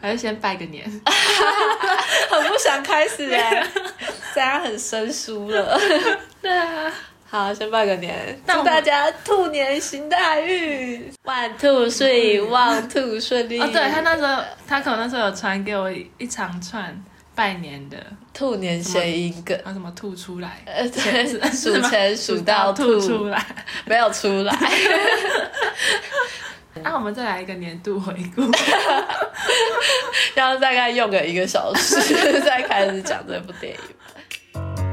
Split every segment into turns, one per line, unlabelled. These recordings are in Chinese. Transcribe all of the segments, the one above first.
还是先拜个 年。
很不想开始哎、这样很生疏了。
对啊，
好，先拜个年，
那
祝
我们
大家兔年行大运，万兔顺，万兔顺利。
哦，对他那时候，他可能那时候有传给我一长串拜年的，
兔年谐音梗，
然后什么吐出来，
呃， 对，
是
数
吗
钱数到
吐
吐，
出来。
没有出来。
那、我们再来一个年度回顾，
要大概用个一个 小时再开始讲这部电影。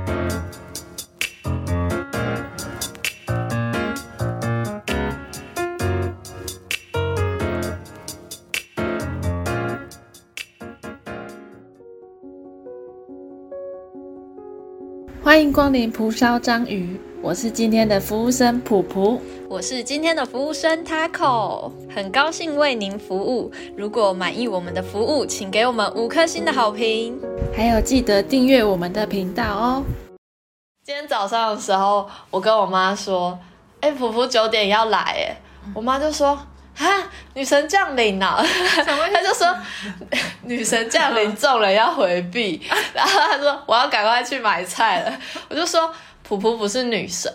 欢迎光临蒲烧章鱼，我是今天的服务生普普。
我是今天的服务生 Taco，很高兴为您服务。如果满意我们的服务，请给我们五颗星的好评。
还有记得订阅我们的频道哦。
今天早上的时候，我跟我妈说：“哎、普普九点要来。”哎，我妈就说：“啊，女神降临了、她就说：“ 女神降临，众人要回 避。”然后她说：“我要赶快去买菜了。”我就说：“普普不是女神。”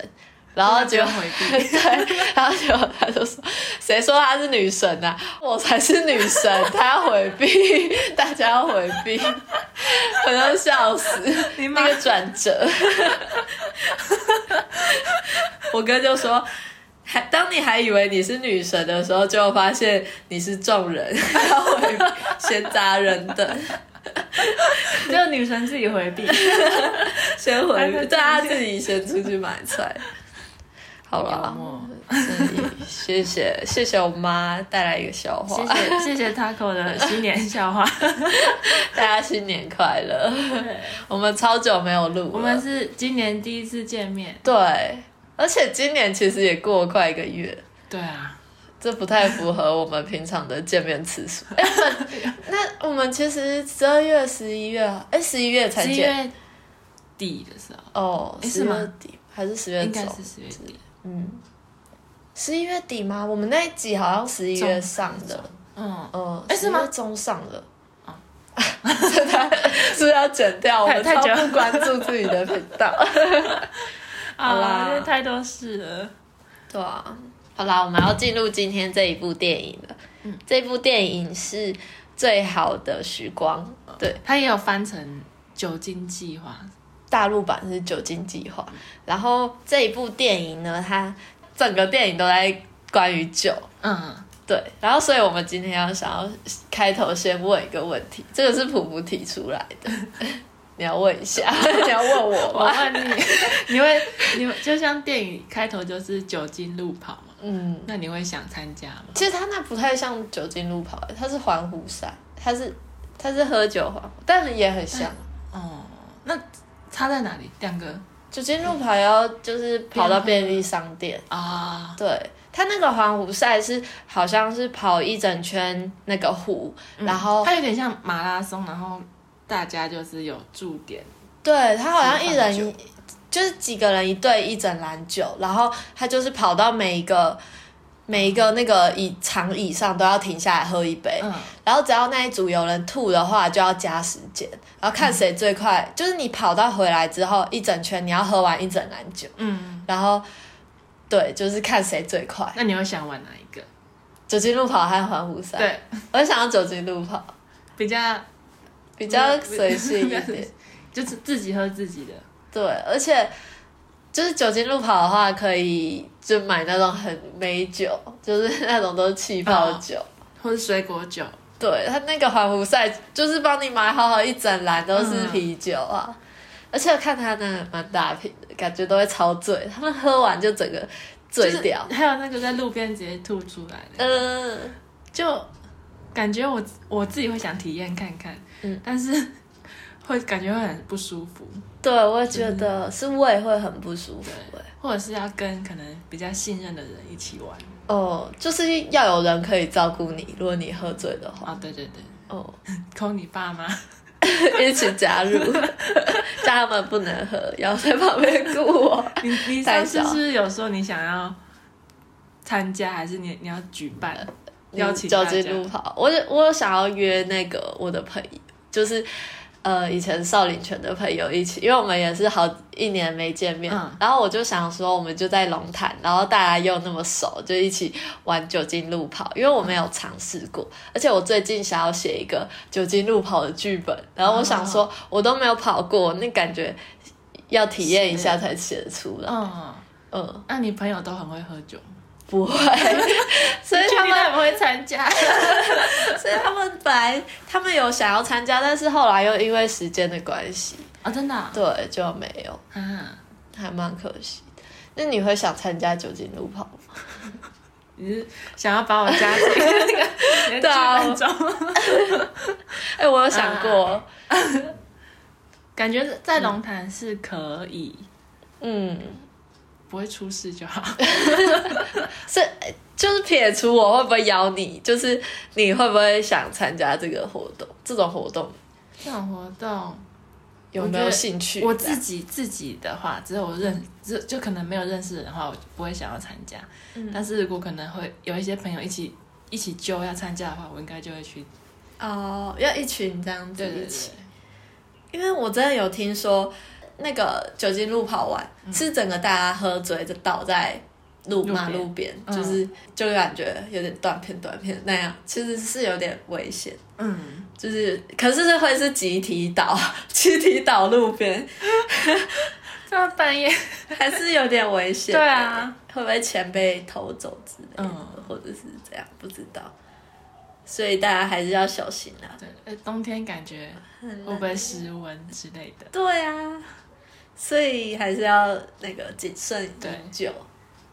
然后结
就
果
回 避，
对，然后结果他就说：“谁说她是女神啊？我才是女神，她要回避，大家要回避。”我要笑死，
你妈
那个转折。我哥就说：“还当你还以为你是女神的时候，就发现你是众人，要回避闲杂人等，
就女神自己回 避。
先回避，
哎
对他自己先出去买 菜。”好了。
啊
所以谢谢谢谢我妈带来一个笑话，
谢谢谢谢 Taco 的新年笑话，
大家新年快乐。我们超久没有录 了，
我们是今年第一次见面。
对，而且今年其实也过了快一个月，
对啊，
这不太符合我们平常的见面 次数。哎、我们那我们其实十二月、十一月，哎，十一月才
十一
见
月底的时候，
哦，
诶
十
是
月
吗
底还是十月
应该
中？
是十月底。
嗯，十一月底吗？我们那一集好像十一月
中
上的。
嗯，
嗯，
诶是吗
11月中上了。 是不是要剪掉？我
太
们
太
超
久
不关注自己的频道。好啦
啊，这太多事了。
对啊，好啦，我们要进入今天这一部电影了。嗯，这部电影是《最好的时光》，对，
他也有翻成酒精计划，
大陆版是《酒精计划》。然后这一部电影呢，它整个电影都在关于酒。
嗯，
对，然后所以我们今天要想要开头先问一个问题，这个是普普提出来的， 你要问一下， 你要问我
我
吗？
问你，你会你会就像电影开头就是酒精路跑嘛？
嗯，
那你会想参加吗？
其实他那不太像酒精路跑，他是环湖赛，他是他是喝酒环湖，但也很像。
哦，那差在哪里？两个
酒精路跑要就是跑到便利商店，
啊，
对他那个环湖赛是好像是跑一整圈那个湖，
嗯
然后
它有点像马拉松，然后大家就是有驻点，
对他好像一
是放
人就是几个人一队一整篮酒，然后他就是跑到每一个每一个那个椅长椅上都要停下来喝一杯，
嗯，
然后只要那一组有人吐的话就要加时间，然后看谁最快，就是你跑到回来之后一整圈你要喝完一整篮酒，
嗯，
然后对就是看谁最快。
那你会想玩哪一个？
酒精路跑和环湖赛，
对，
啊我想要酒精路跑，
比较
比较随性一点。
就是自己喝自己的，
对，而且就是酒精路跑的话，可以就买那种很美酒，就是那种都是气泡酒。
或是水果酒，
对他那个环湖赛，就是帮你买好好一整篮都是啤酒啊。而且我看他那个蛮大瓶的，感觉都会超醉。他们喝完就整个醉掉。
就是还有那个在路边直接吐出来的，
嗯，
就感觉我我自己会想体验看看，
嗯，
但是会感觉会很不舒服，
对，我也觉得是胃会很不舒服、欸。
或者是要跟可能比较信任的人一起玩
哦，就是要有人可以照顾你，如果你喝醉的话，
啊，对对对，
哦，
抠你爸妈，
一起加入，但他们不能喝，要在旁边顾我。
你你
太
上次
小
是不是有说你想要参加，还是你你要举办？邀请
酒
大
精
家
嗯路跑，我有我有想要约那个我的朋友，就是呃以前少林拳的朋友一起，因为我们也是好一年没见面，
嗯
然后我就想说我们就在龙潭，然后大家又那么熟，就一起玩酒精路跑，因为我没有尝试过，而且我最近想要写一个酒精路跑的剧本，然后我想说我都没有跑过，那感觉要体验一下才写得出来，
嗯，
嗯，
那你朋友都很会喝 酒，
不会，所以
确
他
定
们
他们会参 加？
所以他们本来他们有想要参加，但是后来又因为时间的关系，
啊，真的啊
对，就没有，
啊？
还蛮可惜的。那你会想参加酒精路跑吗？
你是想要把我加进那个 你的
对啊
剧本中？
哎、我有想过，
感觉在龙潭是可以，
嗯，
不会出事就好。
是就是撇除我会不会邀你，就是你会不会想参加这个活动？这种活动
这种活动，
有没有兴趣？
我自己自己的话，只有我认，就就可能没有认识的人的话，我就不会想要参加。
嗯
但是如果可能会有一些朋友一起一起揪要参加的话，我应该就会去。
哦，要一群这样子
对对对
一起。因为我真的有听说，那个酒精路跑完、是整个大家喝醉就倒在路
路边
马路边，
嗯
就是就感觉有点断片断片那样，其实是有点危险。
嗯，
就是，可是这会是集体倒， 集体倒路边，
到半夜，
还是有点危险。
对啊，
会不会钱被偷走之类的，
嗯
或者是这样，不知道。所以大家还是要小心啊。
对，呃冬天感觉会不会失温之类的？
对啊，所以还是要那个谨慎
对
饮酒。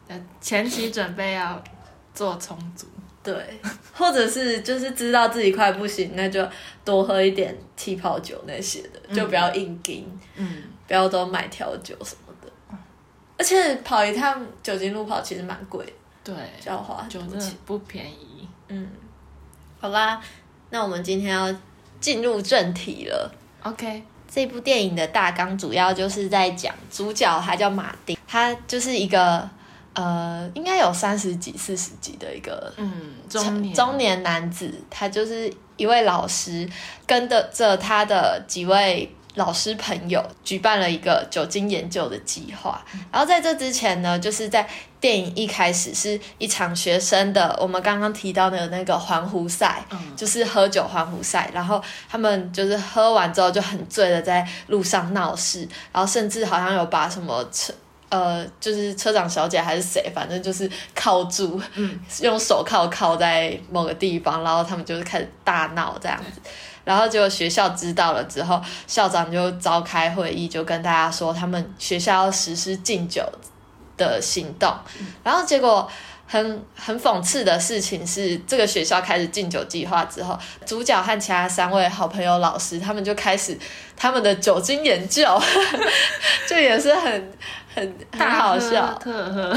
呃，前期准备要做充足。
对，或者是就是知道自己快不行，那就多喝一点气泡酒那些的，就不要硬盯，
嗯，
不要都买调酒什么的。而且跑一趟酒精路跑其实蛮贵的，
对，
就要花很
酒
多
真的
钱。
啊不便宜。
嗯，好啦，那我们今天要进入正题了。
OK，
这部电影的大纲主要就是在讲主角，他叫马丁，他就是一个呃，应该有三十几、四十几的一个
嗯，中年
中年男子，他就是一位老师，跟着着他的几位老师朋友举办了一个酒精研究的计划。
嗯
然后在这之前呢，就是在电影一开始是一场学生的，我们刚刚提到的那个环湖赛。
嗯
就是喝酒环湖赛，然后他们就是喝完之后就很醉的在路上闹事，然后甚至好像有把什么车呃，就是车长小姐还是谁，反正就是铐住，
嗯
用手铐铐在某个地方，然后他们就是开始大闹这样子。然后结果学校知道了之后，校长就召开会议，就跟大家说他们学校要实施禁酒的行动。然后结果很很讽刺的事情是，这个学校开始禁酒计划之后，主角和其他三位好朋友老师他们就开始他们的酒精研究， 就也是很很 很
大
好
喝
笑。
特喝，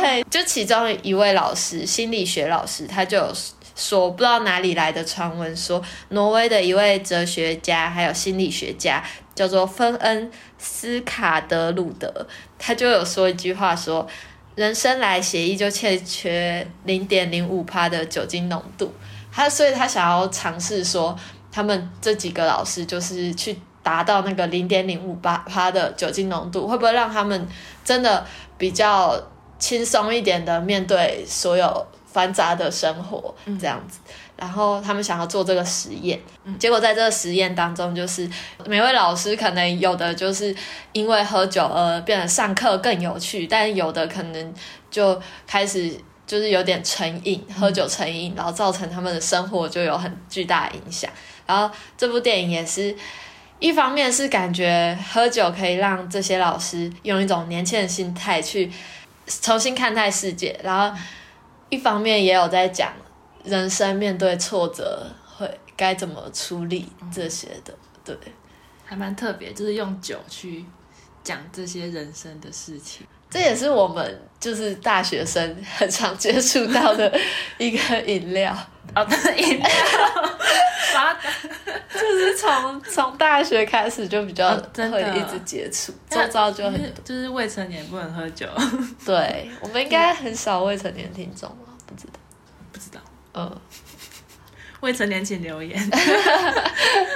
对，就其中一位老师，心理学老师，他就有说，不知道哪里来的传闻说，挪威的一位哲学家还有心理学家叫做芬恩斯卡德鲁德，他就有说一句话说。人生来协议就欠缺零点零五帕的酒精浓度，他所以他想要尝试说，他们这几个老师就是去达到那个零点零五八帕的酒精浓度，会不会让他们真的比较轻松一点的面对所有繁杂的生活，这样子。然后他们想要做这个实验，结果在这个实验当中，就是每位老师可能有的就是因为喝酒而变得上课更有趣，但有的可能就开始就是有点成瘾，喝酒成瘾，然后造成他们的生活就有很巨大的影响。然后这部电影也是一方面是感觉喝酒可以让这些老师用一种年轻的心态去重新看待世界，然后一方面也有在讲人生面对挫折会该怎么处理这些的，对
还蛮特别，就是用酒去讲这些人生的事情。
这也是我们就是大学生很常接触到的一个饮料，
哦， 饮料，把它
就是从从大学开始就比较
哦真的
会一直接触，周遭就很多。
就是未成年不能喝酒，
对，我们应该很少未成年听众吧？不知道。
不知道。
嗯，
未成年请留言。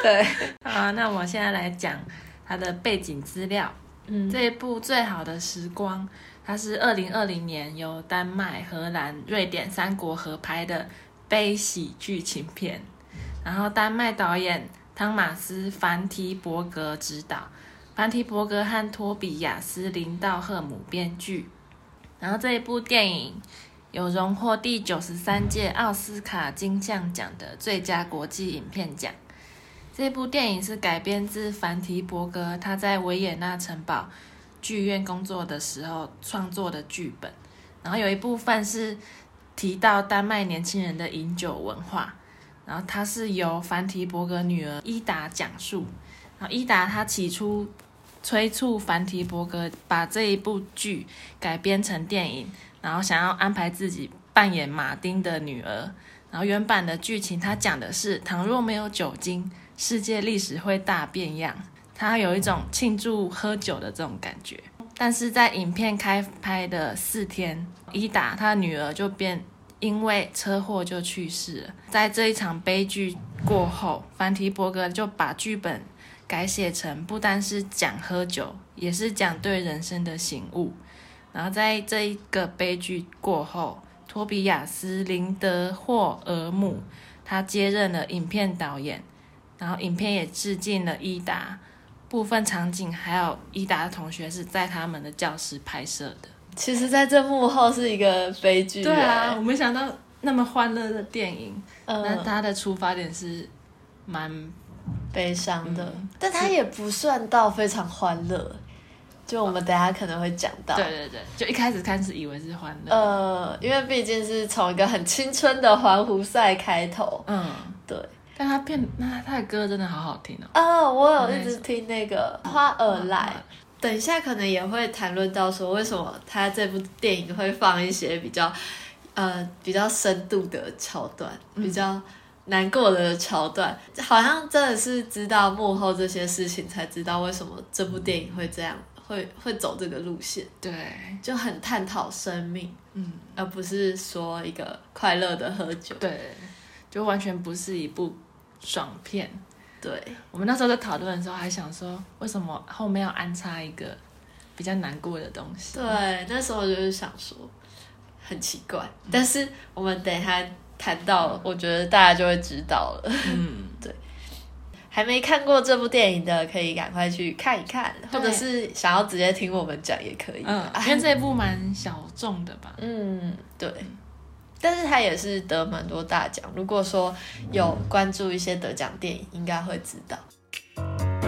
对，
好啊，那我现在来讲它的背景资料。
嗯
这一部《最好的时光》，它是二零二零年由丹麦、荷兰、瑞典三国合拍的悲喜剧情片，然后丹麦导演汤马斯·凡提伯格执导，凡提伯格和托比亚斯·林道赫姆编剧。然后这一部电影有荣获第九十三届奥斯卡金像奖的最佳国际影片奖。这部电影是改编自凡提伯格他在维也纳城堡剧院工作的时候创作的剧本，然后有一部分是提到丹麦年轻人的饮酒文化，然后它是由凡提伯格女儿伊达讲述，然后伊达她起初催促凡提伯格把这一部剧改编成电影，然后想要安排自己扮演马丁的女儿，然后原版的剧情它讲的是倘若没有酒精。世界历史会大变样。他有一种庆祝喝酒的这种感觉。但是在影片开拍的四天，伊达他女儿就变因为车祸就去世了。在这一场悲剧过后，凡提伯格就把剧本改写成不单是讲喝酒，也是讲对人生的醒悟。然后在这一个悲剧过后，托比亚斯·林德霍尔姆他接任了影片导演。然后影片也致敬了伊达，部分场景还有伊达的同学是在他们的教室拍摄的。
其实在这幕后是一个悲剧。
对啊，，我没想到那么欢乐的电影，那、
嗯，
它的出发点是蛮
悲伤的
嗯，
但它也不算到非常欢乐。就我们等一下可能会讲到
对，对对，就一开始开始以为是欢乐，
呃，因为毕竟是从一个很青春的环湖赛开头，
嗯，
对。
但他变那他的歌真的好好听哦。
啊、我有一直听那个《花儿来》，等一下可能也会谈论到说为什么他这部电影会放一些比较呃比较深度的桥段，比较难过的桥段，好像真的是知道幕后这些事情才知道为什么这部电影会这样，会会走这个路线，
对，
就很探讨生命，
嗯，
而不是说一个快乐的喝酒。
对，就完全不是一部爽片。
对，
我们那时候在讨论的时候，还想说为什么后面要安插一个比较难过的东西。
对，那时候我就是想说，很奇怪，但是我们等一下谈到，我觉得大家就会知道了。
嗯，
还没看过这部电影的，可以赶快去看一看，或
对
者是想要直接听我们讲也可以。
嗯
啊，
因为这一部蛮小众的吧？
嗯，对。但是它也是得蛮多大奖，如果说有关注一些得奖电影，应该会知道。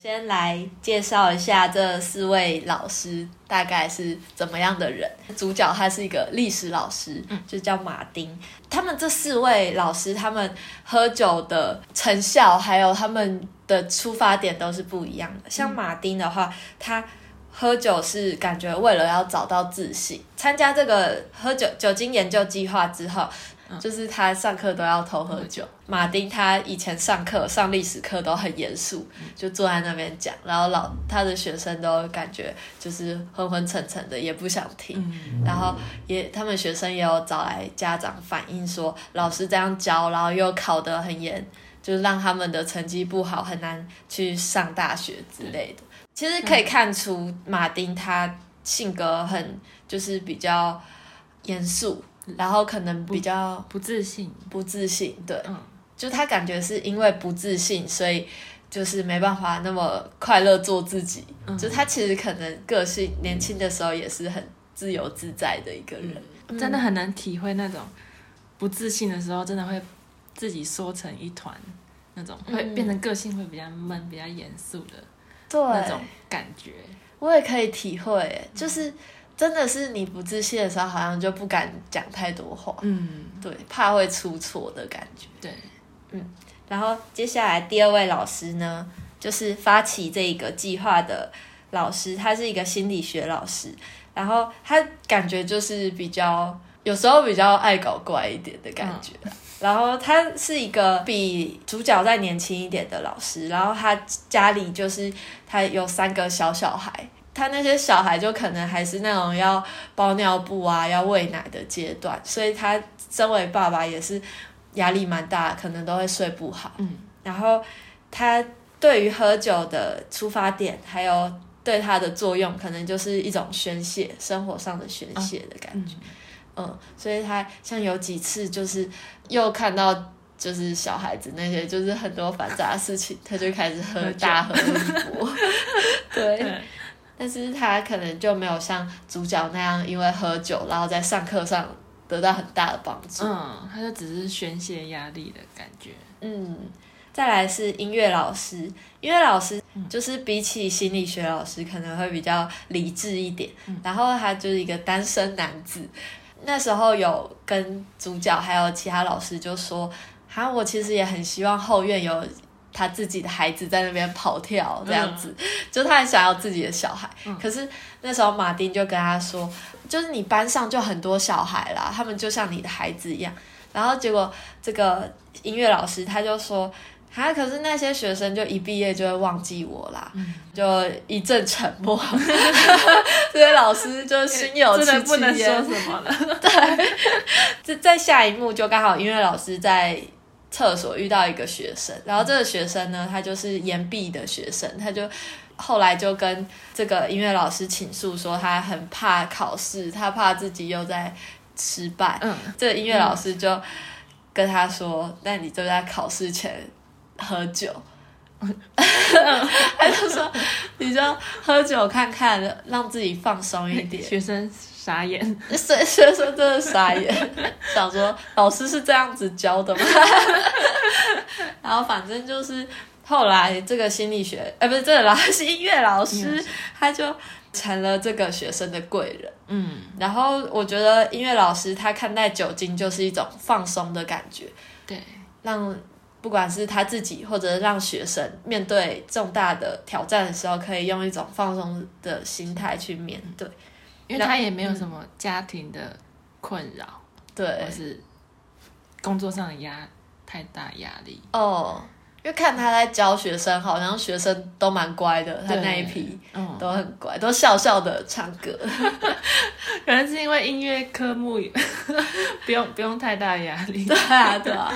先来介绍一下这四位老师大概是怎么样的人。主角他是一个历史老师，就叫马丁。他们这四位老师，他们喝酒的成效还有他们的出发点都是不一样的。像马丁的话，他喝酒是感觉为了要找到自信。参加这个喝酒酒精研究计划之后，就是他上课都要偷喝酒。马丁他以前上课上历史课都很严肃，就坐在那边讲，然后老他的学生都感觉就是昏昏沉沉的，也不想听。
嗯，
然后也他们学生也有找来家长反映说，老师这样教，然后又考得很严，就是让他们的成绩不好，很难去上大学之类的。其实可以看出马丁他性格很就是比较严肃，然后可能比较
不自信，
不自信，对，
嗯
就他感觉是因为不自信，所以就是没办法那么快乐做自己。就他其实可能个性年轻的时候也是很自由自在的一个人，
真的很能体会那种不自信的时候，真的会自己缩成一团，那种会
嗯
变成个性会比较闷、比较严肃的那
对
种，感觉。
我也可以体会，就是真的是你不自信的时候，好像就不敢讲太多话，
嗯，
对，怕会出错的感觉。嗯
对，
然后接下来第二位老师呢，就是发起这一个计划的老师，他是一个心理学老师，然
嗯
后他感觉就是比较有时候比较爱搞怪一点的感觉，然后他是一个比主角再年轻一点的老师，然后他家里就是他有三个小小孩，他那些小孩就可能还是那种要包尿布啊、要喂奶的阶段，所以他身为爸爸也是压力蛮大，可能都会睡不好。
嗯，
然后他对于喝酒的出发点，还有对他的作用，可能就是一种宣泄，生活上的宣泄的感觉。
嗯，
嗯，所以他像有几次就是又看到就是小孩子那些就是很多繁杂的事情，他就开始喝
喝酒
大喝一波， 对。
对，
但是他可能就没有像主角那样，因为喝酒然后在上课上得到很大的帮助。
嗯，他就只是宣泄压力的感觉，
嗯，再来是音乐老师，音乐老师就是比起心理学老师可能会比较理智一点，然后他就是一个单身男子。那时候有跟主角还有其他老师就说，哈，我其实也很希望后院有他自己的孩子在那边跑跳这样子，就他很想要自己的小孩。可是那时候马丁就跟他说，就是你班上就很多小孩啦，他们就像你的孩子一样。然后结果这个音乐老师他就说，啊，可是那些学生就一毕业就会忘记我啦，
嗯
就一阵沉默。 这些老师就 心有戚戚
真
焉，
的不能说什么了。
这在下一幕就刚好音乐老师在厕所遇到一个学生，然后这个学生呢，他就是延毕的学生，他就后来就跟这个音乐老师倾诉说，他很怕考试，他怕自己又在失败。
嗯，
这个音乐老师就跟他说：“那你就在考试前喝酒。”他就说：“你就喝酒看看，让自己放松 一点。”
学生傻眼，
学学生真的傻眼，想说老师是这样子教的吗？ 然后反正就是后来这个心理学，哎、不是这个老师 音乐老
音乐
师，他就成了这个学生的贵人。
嗯，
然后我觉得音乐老师他看待酒精就是一种放松的感觉，
对，
让不管是他自己或者让学生面对重大的挑战的时候，可以用一种放松的心态去面对。
因为他也没有什么家庭的困扰，
对
或，是工作上的压太大压力，
哦，因为看他在教学生，好像学生都蛮乖的，他
对
那一批
嗯，
都很乖，都笑笑的唱歌。
可能是因为音乐科目 不用不用太大压力，
对啊，对啊，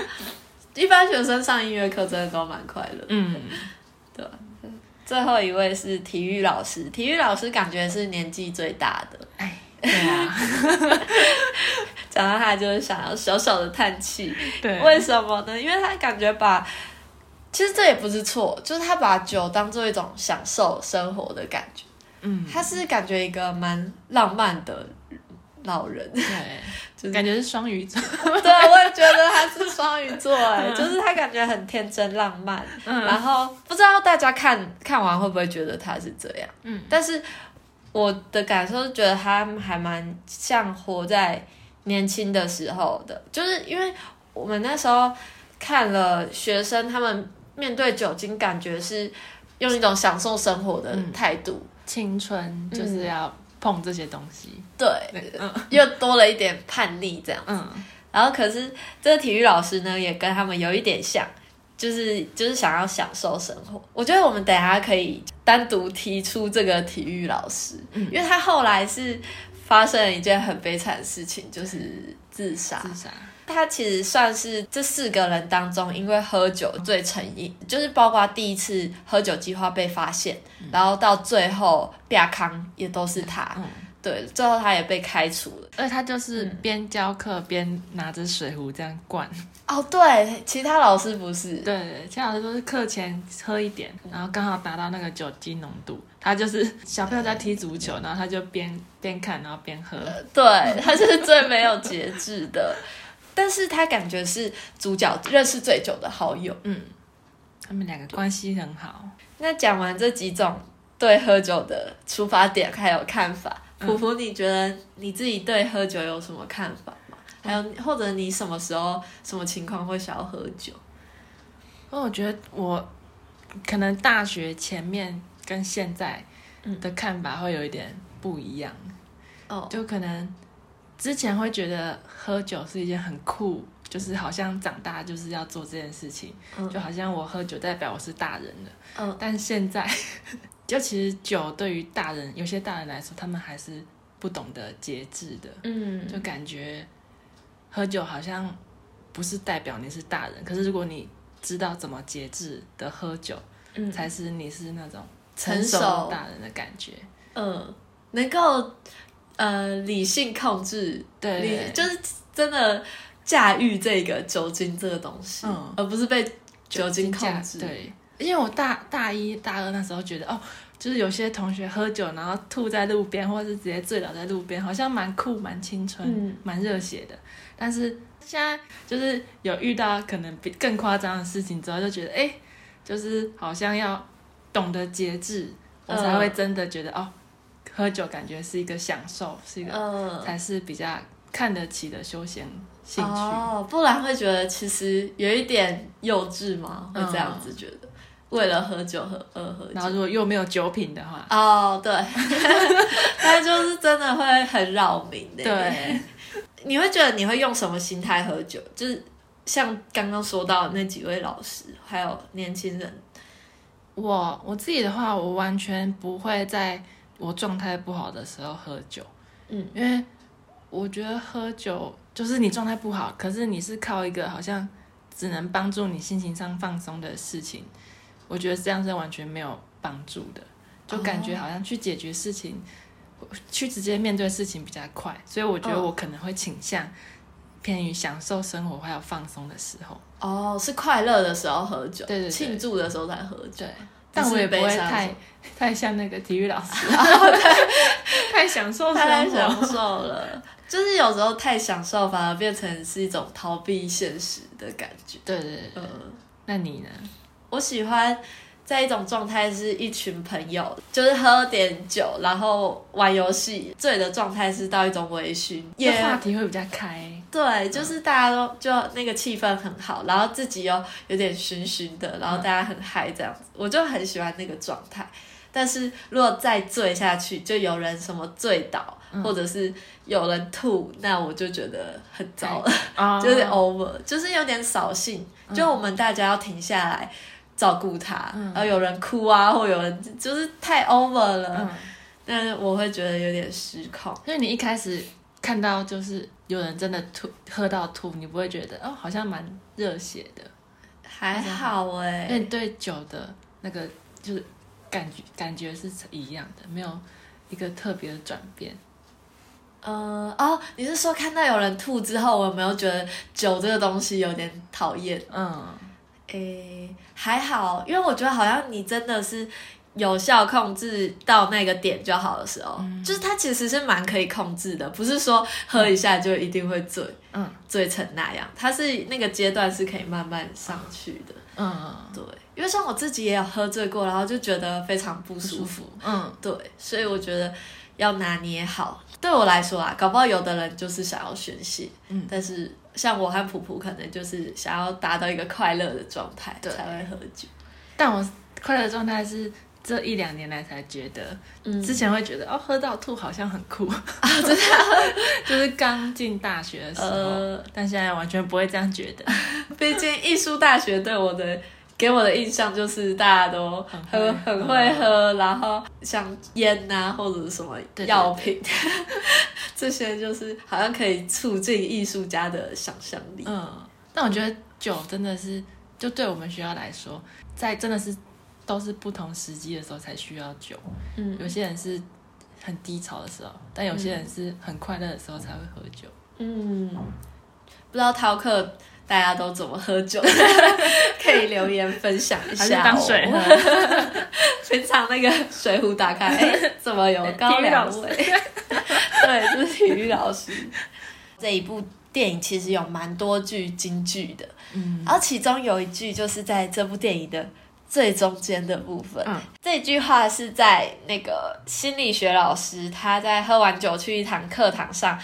一般学生上音乐课真的都蛮快乐。
嗯，
最后一位是体育老师，体育老师感觉是年纪最大的，
哎，对啊，
讲到他就是想要小小的叹气，
对，啊
为什么呢？因为他感觉把。其实这也不是错，就是他把酒当做一种享受生活的感觉，
嗯，
他是感觉一个蛮浪漫的老人。
对，
就是
感觉是双鱼座，
对，我也觉得他是双鱼座，哎，就是他感觉很天真浪漫，
嗯
然后不知道大家看看完会不会觉得他是这样，
嗯，
但是我的感受是觉得他还蛮像活在年轻的时候的，就是因为我们那时候看了学生他们面对酒精，感觉是用一种享受生活的态度，
青春就是要碰这些东西，
对，
呃
又多了一点叛逆这样。
嗯，
然后可是这个体育老师呢，也跟他们有一点像，就是就是想要享受生活。我觉得我们等一下可以单独提出这个体育老师，因为他后来是发生了一件很悲惨的事情，就是自杀。
自杀，
他其实算是这四个人当中，因为喝酒最成瘾，就是包括第一次喝酒计划被发现，然后到最后亚康也都是他。
嗯
对，最后他也被开除了。
而且他就是边教课边拿着水壶这样灌，
哦，对，其他老师不是，
对，其他老师都是课前喝一点，然后刚好达到那个酒精浓度。他就是小朋友在踢足球，然后他就边边看，然后边喝。
对，他就是最没有节制的，但是他感觉是主角认识最久的好友。
他们两个关系很好，
那讲完这几种对喝酒的出发点还有看法，普普，你觉得你自己对喝酒有什么看法吗？还有，或者你什么时候、什么情况会想要喝酒？
因为我觉得我可能大学前面跟现在的看法会有一点不一样，
哦，
就可能之前会觉得喝酒是一件很酷就是好像长大就是要做这件事情，
嗯
就好像我喝酒代表我是大人了。
嗯
但现在 就其实酒对于大人，有些大人来说，他们还是不懂得节制的，
嗯
就感觉喝酒好像不是代表你是大人，可是如果你知道怎么节制的喝酒，
嗯
才是你是那种
成
熟
熟
的大人的感觉。
嗯，能够呃理性控制，
对
理就是真的驾驭这个酒精这个东西，
嗯
而不是被酒精
驾
控制。
对，因为我大大一、大二那时候觉得，哦，就是有些同学喝酒然后吐在路边，或是直接醉倒在路边，好像蛮酷、蛮青春
嗯、
蛮热、血的。但是现在就是有遇到可能比更夸张的事情之后，就觉得，哎、就是好像要懂得节制，我才
嗯
会真的觉得，哦，喝酒感觉是一个享受，是一个、
嗯，
才是比较看得起的休闲兴趣。
哦，不然会觉得其实有一点幼稚嘛，会这样子觉得，为了喝酒喝而喝
然后
酒。
如果又没有酒品的话，
哦，对， 那就是真的会很扰民的。
对，
你会觉得你会用什么心态喝酒？就是像刚刚说到的那几位老师，还有年轻人，
我我自己的话，我完全不会在我状态不好的时候喝酒，
嗯，
因为我觉得喝酒就是你状态不好，可是你是靠一个好像只能帮助你心情上放松的事情，我觉得这样是完全没有帮助的，就感觉好像去解决事情，去直接面对事情比较快，所以我觉得
嗯
我可能会倾向偏于享受生活还有放松的时候，
哦，是快乐的时候喝酒，
对对对
庆祝的时候才喝酒
对。，但我也不
不
会
是悲伤的时
太
候
太像那个体育老 师，太享受
太
生
享
活。
受了， 就是有时候太享受，反而变成是一种逃避现实的感觉。
对对对，
嗯，
那你呢？
我喜欢在一种状态是一群朋友，就是喝点酒，然后玩游戏，醉的状态是到一种微醺，也
这话题会比较开，
对，就是大家都就那个气氛很好，然后自己又有点醺醺的，然后大家很嗨这样子，我就很喜欢那个状态。但是如果再醉下去，就有人什么醉倒，或者是有人吐，那我就觉得很糟了。
啊
就有点 over，就是有点扫兴。就我们大家要停下来照顾他，然后有人哭啊，或有人就是太 over 了，
嗯，
但是我会觉得有点失控。
所以你一开始看到就是有人真的吐喝到吐，你不会觉得哦，好像蛮热血的，
还好哎、
因为你对酒的那个就是感觉感觉是一样的，没有一个特别的转变。
嗯、哦，你是说看到有人吐之后，我有没有觉得酒这个东西有点讨厌？
嗯，
诶、还好，因为我觉得好像你真的是有效控制到那个点就好的时候，就是它其实是蛮可以控制的，不是说喝一下就一定会醉，
嗯，
醉成那样，它是那个阶段是可以慢慢上去的，
嗯，
对，因为像我自己也有喝醉过，然后就觉得非常不
不
舒
舒
服
服，，嗯，
对，所以我觉得要拿捏好。对我来说啊，搞不好有的人就是想要宣泄，
嗯
但是像我和普普可能就是想要达到一个快乐的状态
对
才会喝酒。
但我快乐的状态是这一两年来才觉得，
嗯啊
之前会觉得哦，喝到吐好像很酷， 就是刚进大学的时候，
呃
但现在完全不会这样觉 得。
毕竟艺术大学对我的给我的印象就是大家都
很会啊
很很会喝，然后像烟呐、或者是什么
对对
药品， 这些就是好像可以促进艺术家的想象力。
嗯，但我觉得酒真的是，就对我们学校来说，在真的是都是不同时机的时候才需要酒。
嗯
有些人是很低潮的时候，但有些人是很快乐的时候才会喝酒。
嗯，不知道逃课大家都怎么喝 酒，可以留言分享一
还是
下、哦。
当水喝，
平常那个水壶打开，哎、怎么有高粱味？ 对，就是体育老师。 这一部电影其实有蛮多句京剧的，
嗯
然后其中有一句就是在这部电影的最中间的部分，
嗯
这句话是在那个心理学老师他在喝完酒去一堂课堂上，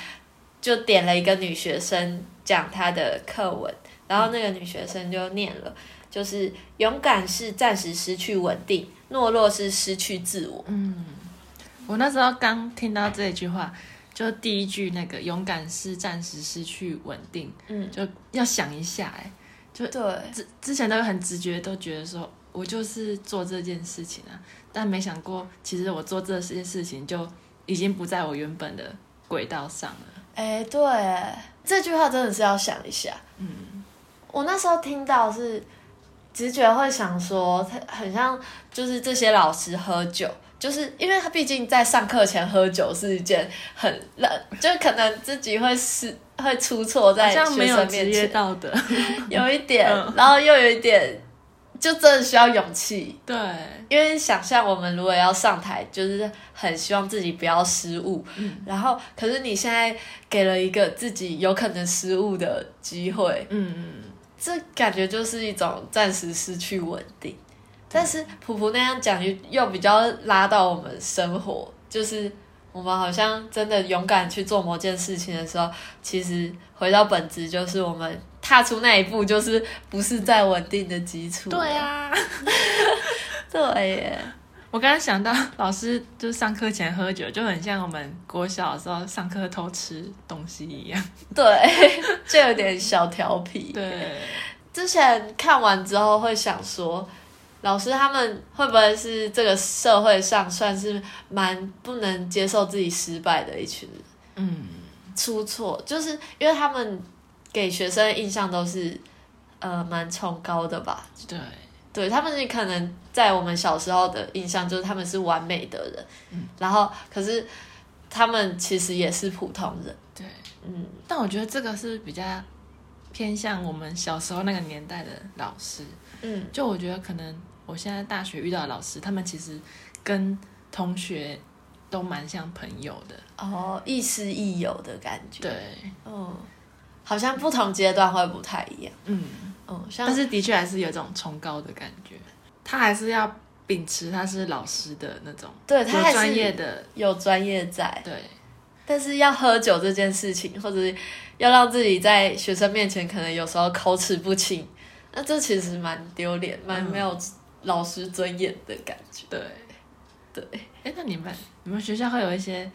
就点了一个女学生讲她的课文，然后那个女学生就念了，就是勇敢是暂时失去稳定，懦弱是失去自我。
嗯，我那时候刚听到这一句话，就第一句那个勇敢是暂时失去稳定，
嗯，
就要想一下、哎，
对，
之之前都很直觉，都觉得说我就是做这件事情啊，但没想过，其实我做这些事情就已经不在我原本的轨道上了。
哎，对，这句话真的是要想一下。
嗯，
我那时候听到是直觉会想说，他很像就是这些老师喝酒，就是因为他毕竟在上课前喝酒是一件很让，就可能自己会是会出错
好
在
像没
学
有
生
职
面
业
前，
道德。
有一点，
嗯
然后又有一点，就真的需要勇气。
对，
因为想象我们如果要上台，就是很希望自己不要失误，
嗯
然后可是你现在给了一个自己有可能失误的机会，
嗯嗯，
这感觉就是一种暂时失去稳定。但是普普那样讲又又比较拉到我们生活，就是我们好像真的勇敢去做某件事情的时候，其实回到本质就是我们踏出那一步，就是不是在稳定的基础。
对，啊。
对耶，
我刚刚想到，老师就是上课前喝酒，就很像我们国小的时候上课偷吃东西一样。
对， 就有点小调皮。
对，
之前看完之后会想说，老师他们会不会是这个社会上算是蛮不能接受自己失败的一群人？
嗯，
出错，就是因为他们给学生的印象都是呃蛮崇高的吧？
对，
对他们可能在我们小时候的印象就是他们是完美的人，
嗯
然后可是他们其实也是普通人，
对。
嗯，
但我觉得这个是比较偏向我们小时候那个年代的老师。
嗯，
就我觉得可能我现在大学遇到的老师，他们其实跟同学都蛮像朋友的。
哦，亦师亦友的感觉，
对，
嗯，好像不同阶段会不太一样，
嗯，
嗯，像
但是的确还是有一种崇高的感觉。他还是要秉持他是老师的那种，
对他
有
还
专
是
业的，
有专业在，
对。
但是要喝酒这件事情，或者是要让自己在学生面前可能有时候口齿不清，那这其实蛮丢脸，蛮
嗯
没有老师尊严的感觉。
对，
对，
哎，那你们你们学校会有一些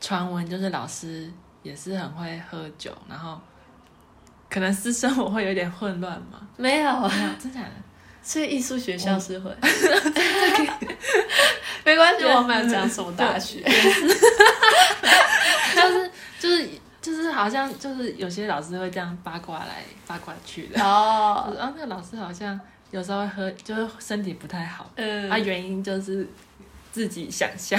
传闻，就是老师也是很会喝酒，然后可能私生活会有点混乱吗？
没有啊，
没有，哦真假的？
所以艺术学校是会，哦 没关系，我没有讲什么大 学，
就是就是就是好像就是有些老师会这样八卦来八卦去的，就
哦，
是啊，那个老师好像有时候会喝，就是身体不太好，
嗯，
啊，原因就是自己想象，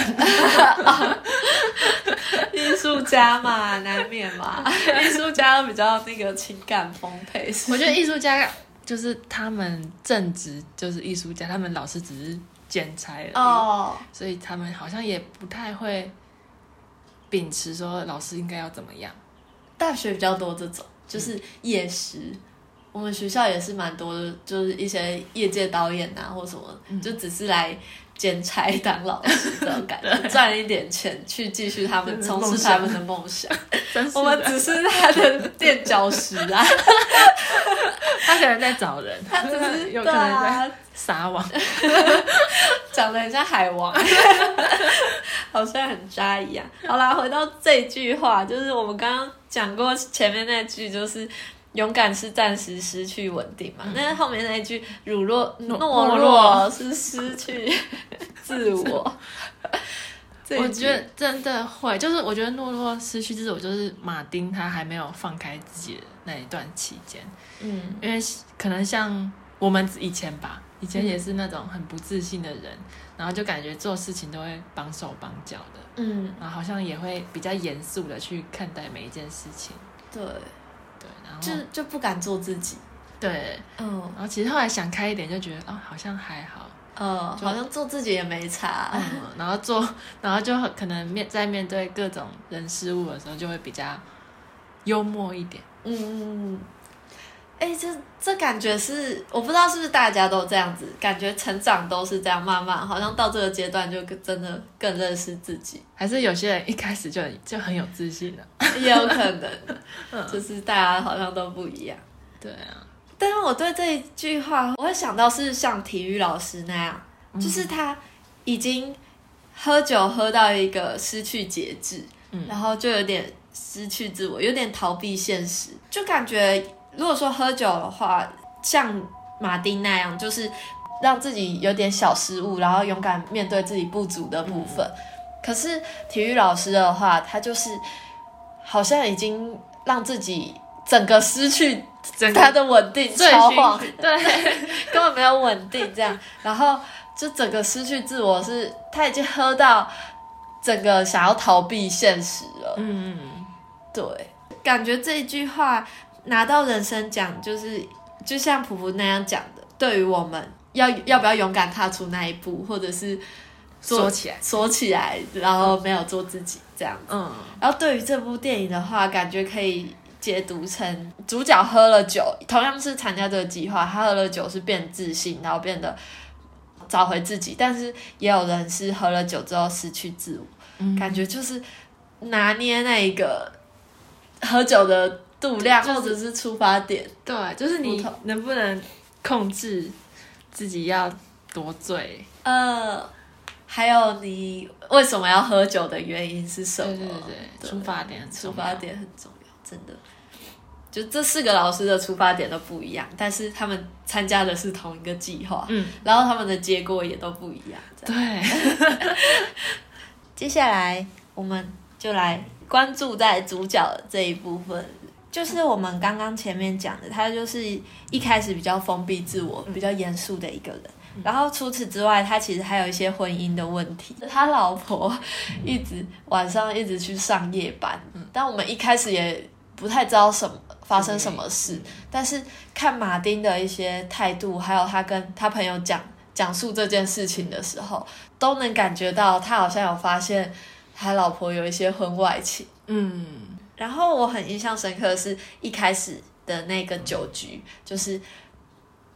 艺术家嘛，难免嘛， 艺术家比较那个情感丰沛，
我觉得艺术家就是他们正职就是艺术家，他们老师只是兼差而已，
哦，
所以他们好像也不太会秉持说老师应该要怎么样。
大学比较多这种，就是夜食。我们学校也是蛮多的，就是一些业界导演啊或什么，就只是来兼差当老师这种感 觉，赚一点钱去继续他们
对
从
梦
事
想
他们的梦想。
真是
我们
的，
只是他的垫脚石 啊，
他可能在找人，
他只是
有
对
可能在
啊，
撒网。
长得很像海 王，好像很渣一样。好啦，回到这句话，就是我们刚刚讲过前面那句，就是勇敢是暂时失去稳定嘛。那、后面那一句辱落
懦
嗯懦
懦
弱
弱
是失去自我。 这一句
我觉得真的会，就是我觉得诺诺失去自我，就是马丁他还没有放开自己的那一段期间，
嗯
因为可能像我们以前吧，以前也是那种很不自信的人，然后就感觉做事情都会绑手绑脚的，
嗯，
然后好像也会比较严肃的去看待每一件事情，
对，
对，然后
就就不敢做自己。
对，
嗯
然后其实后来想开一点，就觉得哦，好像还好。
呃，
就
好像做自己也没差。
嗯，然后做， 然后就很可能面在面对各种人事物的时候，就会比较幽默一点。
嗯嗯，嗯，哎、这这感觉是我不知道是不是大家都这样子，感觉成长都是这样，慢慢好像到这个阶段就更真的更认识自己，
还是有些人一开始就很就很有自信了。
也有可能，就是大家好像都不一样。
对啊，
但是我对这一句话，我会想到是像体育老师那样，就是他已经喝酒喝到一个失去节制，然后就有点失去自我，有点逃避现实，就感觉如果说喝酒的话，像马丁那样，就是让自己有点小失误，然后勇敢面对自己不足的部分。可是体育老师的话，他就是好像已经让自己整个失去
整个
他的稳定，
醉
超
醺
晃，嗯
对，
根本没有稳定这样，然后就整个失去自我是，他已经喝到整个想要逃避现实了。
嗯，
对，感觉这一句话拿到人生奖，就是就像普普那样讲的，对于我们要要不要勇敢踏出那一步，或者是
说起来，
锁起来，然后没有做自己这样。
嗯，
然后对于这部电影的话，感觉可以解读成主角喝了酒，同样是参加这个计划，他喝了酒是变自信，然后变得找回自己，但是也有人是喝了酒之后失去自我，
嗯
感觉就是拿捏那一个喝酒的度量
就是
或者是出发点，
对，啊就是你
不同
能不能控制自己要多醉？
呃，还有你为什么要喝酒的原因是什
对
么？
对对，
对
出发点很重
出
要，
发点很重要，真的。就这四个老师的出发点都不一样，但是他们参加的是同一个计划，
嗯，
然后他们的结果也都不一样。这样
对，
接下来我们就来关注在主角的这一部分，就是我们刚刚前面讲的，他就是一开始比较封闭自我、比较严肃的一个人。然后除此之外，他其实还有一些婚姻的问题。他老婆一直晚上一直去上夜班，嗯但我们一开始也不太知道什么发生什么事。但是看马丁的一些态度，还有他跟他朋友讲讲述这件事情的时候，都能感觉到他好像有发现他老婆有一些婚外情。
嗯，
然后我很印象深刻的是一开始的那个酒局，就是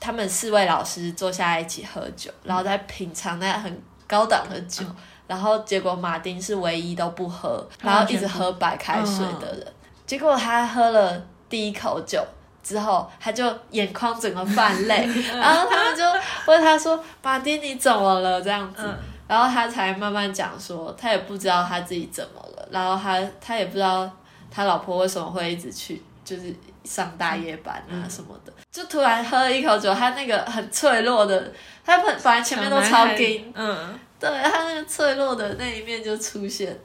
他们四位老师坐下来一起喝酒，然后在品尝那很高档的酒，然后结果马丁是唯一都不喝，然后一直喝白开水的人，结果他喝了第一口酒。之后，他就眼眶整个泛泪，然后他们就问他说：“马丁，你怎么了？”这样子，然后他才慢慢讲说，他也不知道他自己怎么了，然后他他也不知道他老婆为什么会一直去，就是上大夜班啊什么的，就突然喝了一口酒，他那个很脆弱的，他本本来前面都
小
超
男孩
硬，，
嗯，
对他那个脆弱的那一面就出现，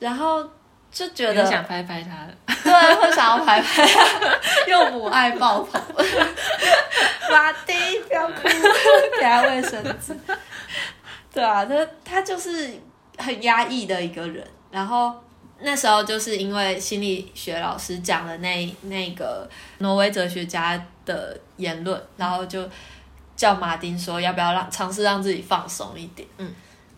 然后就觉
很
得
想拍拍他了，
对，会想要拍拍，又母爱爆棚。马丁，不要哭，给他卫生纸。对啊，他他就是很压抑的一个人。然后那时候就是因为心理学老师讲了那那个挪威哲学家的言论，然后就叫马丁说要不要让尝试让自己放松一点。
嗯，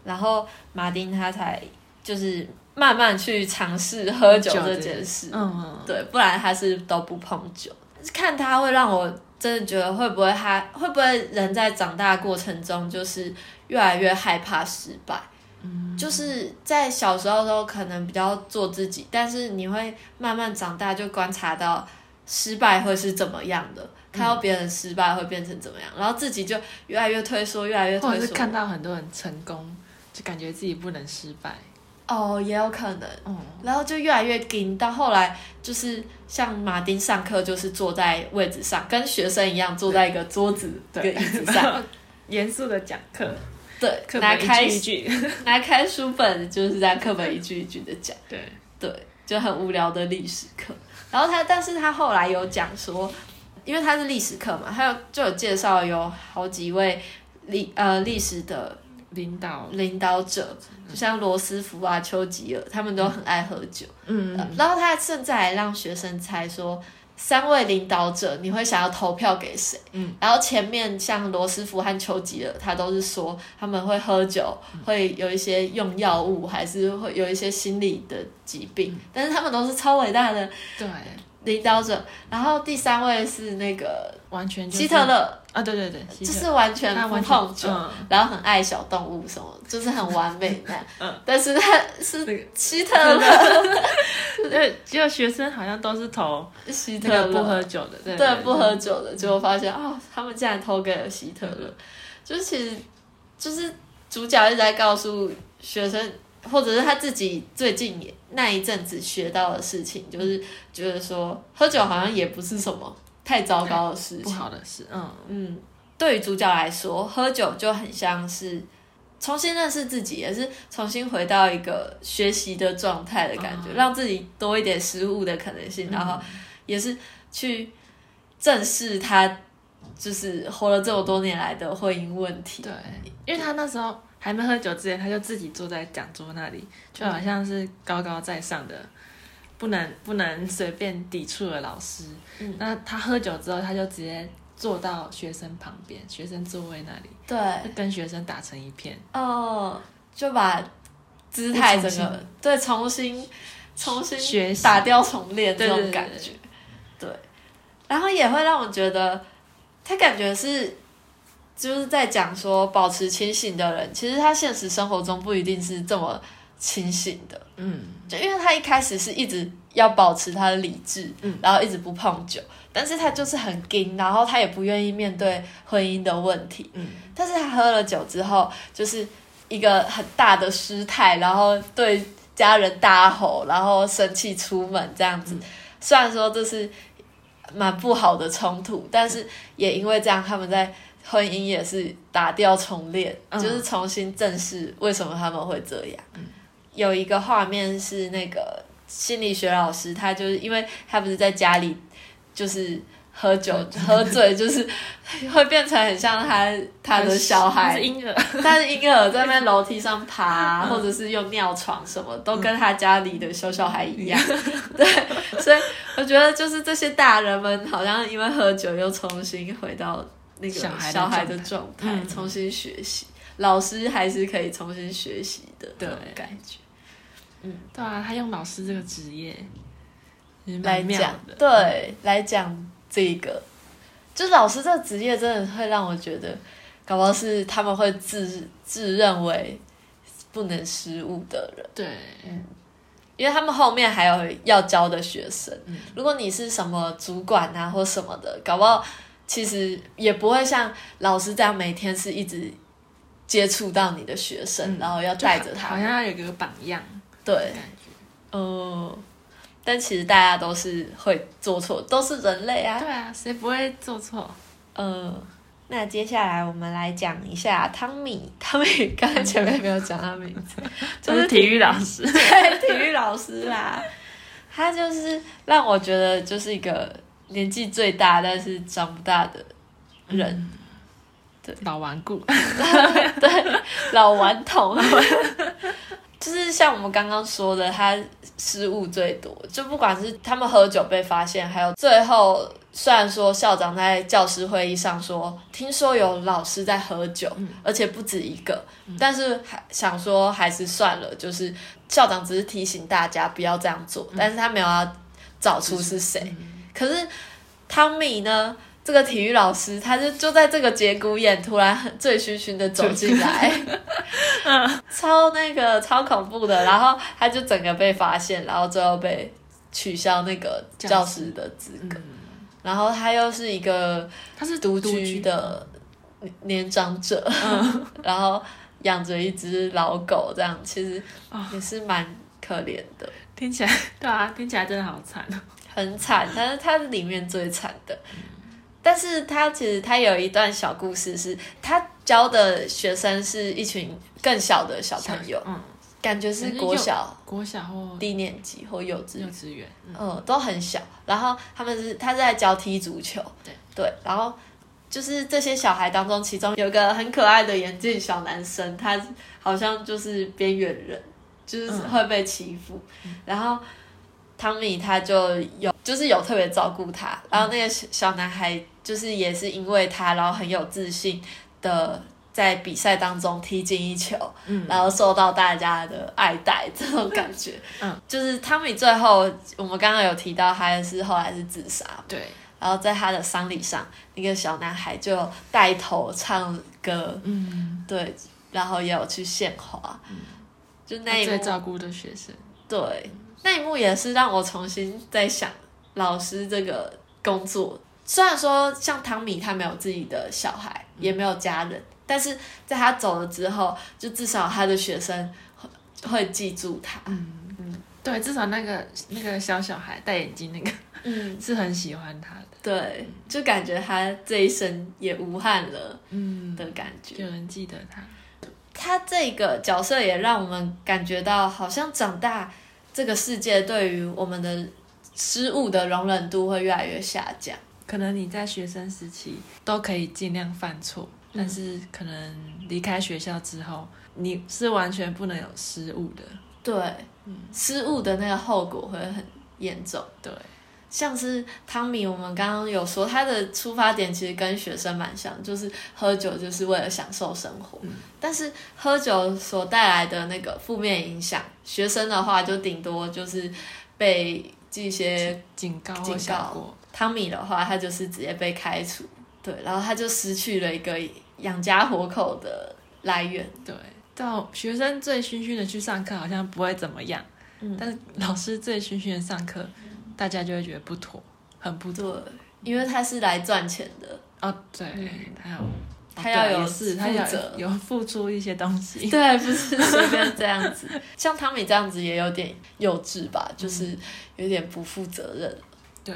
然后马丁他才就是慢慢去尝试喝酒这件事。
嗯，
对，不然他是都不碰酒。看他会让我真的觉得会不会他会不会人在长大的过程中就是越来越害怕失败。就是在小时候的时候可能比较做自己，但是你会慢慢长大就观察到失败会是怎么样的，看到别人失败会变成怎么样，然后自己就越来越退缩，越来越
或
退
者是
缩。
看到很多人成功，就感觉自己不能失败，
哦，也有可能。
嗯，
然后就越来越紧，到后来就是像马丁上课就是坐在位置上，跟学生一样坐在一个桌子跟
对
椅 子上，
严肃的讲课，
对，
课
拿
本
开
一句一句，
拿开书本就是在课本一句一句的讲，
对，
对，就很无聊的历史课。然后他，但是他后来有讲说，因为他是历史课嘛，他有就有介绍有好几位历呃历史的
领导，
领导者，就像罗斯福啊、丘吉尔，他们都很爱喝酒。
嗯，
呃然后他甚至还让学生猜说，三位领导者你会想要投票给谁？
嗯，
然后前面像罗斯福和丘吉尔，他都是说他们会喝酒，
嗯
会有一些用药物，还是会有一些心理的疾
嗯
病，但是他们都是超伟大的
对，
领导者。然后第三位是那个
完全就是
希特勒，
啊，对对对，希
就
特
是完全
他
不
完全
碰酒。
嗯
然后很爱小动物什么，就是很完美那样。
嗯
但是他
那
是
个
希特勒，
对，只有学生好像都是投
希特
那个
勒
不喝酒的，对
对不喝酒的，结果发现啊、他们竟然偷给了希特勒。就是其实就是主角一直在告诉学生，或者是他自己最近也那一阵子学到的事情，就是觉得说喝酒好像也不是什么太糟糕的事
不
情。
好的事，嗯，
嗯，对于主角来说，喝酒就很像是重新认识自己，也是重新回到一个学习的状态的感觉，
嗯
让自己多一点失误的可能性，然后也是去正视他就是活了这么多年来的婚姻问题。
对，因为他那时候还没喝酒之前，他就自己坐在讲桌那里，就好像是高高在上的，不能不能随便抵触的老师。
嗯
那他喝酒之后，他就直接坐到学生旁边，学生座位那里，
对，
就跟学生打成一片。
哦，就把姿态整
重
个对重新重新
学习
打掉重练
对
这种感觉，对，然后也会让我觉得他感觉是就是在讲说保持清醒的人，其实他现实生活中不一定是这么清醒的，
嗯，
就因为他一开始是一直要保持他的理智，
嗯
然后一直不碰酒，但是他就是很硬，然后他也不愿意面对婚姻的问题，
嗯，
但是他喝了酒之后，就是一个很大的失态，然后对家人大吼，然后生气出门这样
嗯
子，虽然说这是蛮不好的冲突，但是也因为这样，他们在。婚姻也是打掉重练，
嗯
就是重新正视为什么他们会这样。有一个画面是那个心理学老师，他就是因为他不是在家里就是喝酒喝醉，就是 会变成很像他他的小
他是
孩，
婴儿，
他是婴儿在那边楼梯上爬，
嗯
或者是用尿床什么，都跟他家里的小小孩一样。 对，所以我觉得就是这些大人们好像因为喝酒又重新回到那个
小孩的
小孩的
状态
状态，
嗯
重新学习。老师还是可以重新学习的那种
对
感觉。
对啊，他用老师这个职业，也蛮
来
妙
讲，
的，嗯
对，来讲这个，就老师这个职业真的会让我觉得，搞不好是他们会自自认为不能失误的人，
对，
因为他们后面还有要教的学生。
嗯
如果你是什么主管啊或什么的，搞不好其实也不会像老师这样每天是一直接触到你的学生，
嗯
然后要
就
带着
好
他们。
像要有一个榜样的
对，
感觉。
哦、但其实大家都是会做错，都是人类啊。
对啊，谁不会做错？
呃，那接下来我们来讲一下汤米。汤米刚才前面没有讲他名字，就
就是是体育老师。
对体育老师啦。他就是让我觉得就是一个年纪最大但是长不大的 人，
嗯老顽固，
老顽童。就是像我们刚刚说的，他失误最多，就不管是他们喝酒被发现，还有最后虽然说校长在教师会议上说，听说有老师在喝酒，而且不止一个，但是还想说还是算了，就是校长只是提醒大家不要这样做，但是他没有要找出是谁。可是汤米呢，这个体育老师，他就就在这个节骨眼突然很醉醺醺的走进来，超那个超恐怖的，然后他就整个被发现，然后最后被取消那个
教
教
师
师的资格，
嗯
然后他又是一个。
他是
独
独
居，的年长者， 然后养着一只老狗，这样其实也是蛮可怜的，
听起来 对啊，听起来真的好惨哦。
很惨。但是它是里面最惨的。但是他其实他有一段小故事是，他教的学生是一群更小的小朋友，
嗯，
感觉是
感觉
国
幼
小
嗯国小或
低年级或幼稚园
幼稚园，嗯
嗯，都很小。然后他们是他是在教踢足球，
对
然后就是这些小孩当中，其中有个很可爱的眼镜小男生，他好像就是边缘人，就是
嗯
会被欺负。然后汤米他就有就是有特别照顾他，
嗯
然后那个小小男孩就是也是因为他，然后很有自信的。在比赛当中踢进一球，
嗯
然后受到大家的爱戴，这种感觉，
嗯，
就是汤米最后，我们刚刚有提到，他是后来是自杀，
对，
然后在他的丧礼上，那个小男孩就带头唱歌，
嗯，
对，然后也有去献花，就那
他
一
啊最
幕，
照顾的学生，
对，那一幕也是让我重新在想老师这个工作。虽然说像汤米他没有自己的小孩，也没有家人，但是在他走了之后，就至少他的学生会记住他。
嗯嗯，对，至少那个那个小小孩戴眼镜那个
嗯，
是很喜欢他的，
对，就感觉他这一生也无憾了
嗯，
的感觉。
有人记得他，
他这个角色也让我们感觉到，好像长大这个世界对于我们的失误的容忍度会越来越下降。
可能你在学生时期都可以尽量犯错，
嗯
但是可能离开学校之后，你是完全不能有失误的。
对，失误的那个后果会很严重。
嗯对，
像是汤米，我们刚刚有说他的出发点其实跟学生蛮像，就是喝酒就是为了享受生活，
嗯
但是喝酒所带来的那个负面影响，学生的话就顶多就是被这些
警告
警
或
告
小过，
汤米的话，他就是直接被开除，对，然后他就失去了一个养家活口的来源，
对，到学生醉醺醺的去上课好像不会怎么样，
嗯
但是老师醉醺醺的上课，大家就会觉得不妥，很不
对，因为他是来赚钱的，
哦，对，他要。
他要有
是，他要
负责
有付出一些东 西，
对，不是随便这样子。像汤米这样子也有点幼稚吧，就是有点不负责任。嗯
对，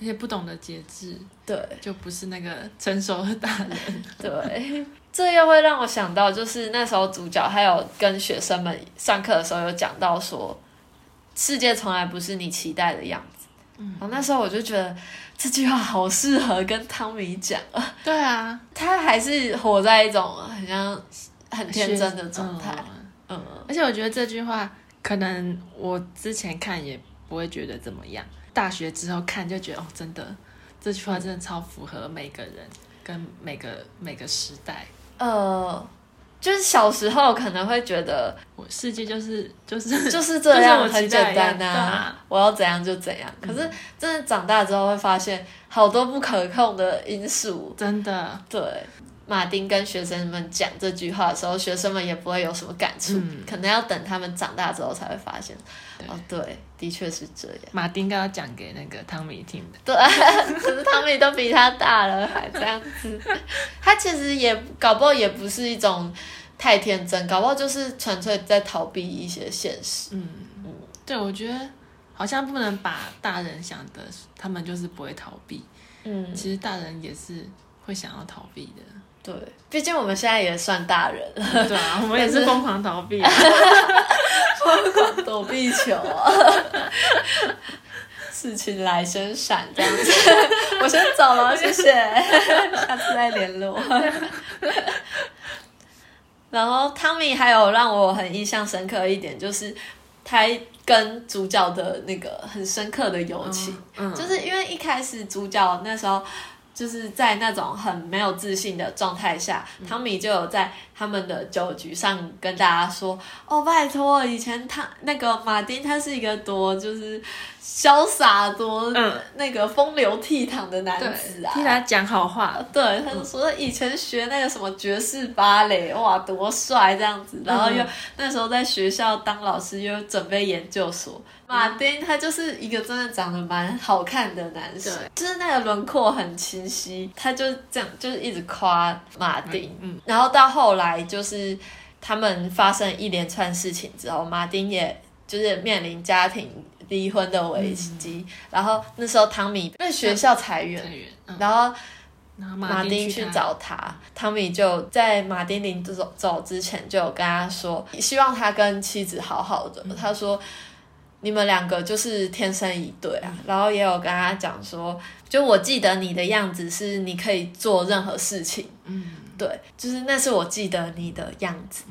而且不懂得节制，
对
就不是那个成熟的大人。
对， 这又会让我想到，就是那时候主角还有跟学生们上课的时候有讲到说，世界从来不是你期待的样子。嗯，然后那时候我就觉得这句话好适合跟汤米讲，
对啊，
他还是活在一种很像很天真的状态。
嗯
嗯，
而且我觉得这句话，可能我之前看也不会觉得怎么样，大学之后看就觉得哦，真的这句话真的超符合每个人跟每个每个时代。
呃，就是小时候可能会觉得。
我世界就是 就是
就是这样，
就是我
很
期待
简单
的
呐、
样子啊嗯
我要怎样就怎样。可是真的长大之后会发现好多不可控的因素。
真的，
对，马丁跟学生们讲这句话的时候，学生们也不会有什么感触，
嗯
可能要等他们长大之后才会发现。
对
哦，对，的确是这样。
马丁刚要讲给那个汤米听的，
对，可是他们也都比他大了，还这样子。 他其实也搞不好也不是一种太天真，搞不好就是纯粹在逃避一些现实。
对我觉得好像不能把大人想的，他们就是不会逃避，
嗯。
其实大人也是会想要逃避的。
对，毕竟我们现在也算大人了，
对啊，我们也是疯狂逃避啊、
躲避球、啊，事情来先闪这样子。我先走 了，谢谢，下次再联络。 然后汤米还有让我很印象深刻的一点，就是他跟主角的那个很深刻的友情。
嗯，
就是因为一开始主角那时候就是在那种很没有自信的状态下，
嗯
汤米就有在他们的酒局上跟大家说：“哦，拜托，以前他那个马丁他是一个多就是潇洒多、
嗯
那个风流倜傥的男
对，
子啊。”
听他讲好话，
对，他就说以前学那个什么爵士芭蕾，哇，多帅这样子。然后又、
嗯
那时候在学校当老师，又准备研究所。
嗯
马丁他就是一个真的长得蛮好看的男生，就是那个轮廓很清晰。他就这样，就是一直夸马丁。
嗯，
然后到后来就是他们发生一连串事情之后，马丁也就是面临家庭离婚的危机。然后那时候汤米被学校裁员，
对，嗯，
然后。
然后
马丁去
他，
找他，汤米就在马丁临走走之前就有跟他说，希望他跟妻子好好的。他说，你们两个就是天生一对啊。然后也有跟他讲说，就我记得你的样子是你可以做任何事情，
嗯，
对，就是那是我记得你的样子。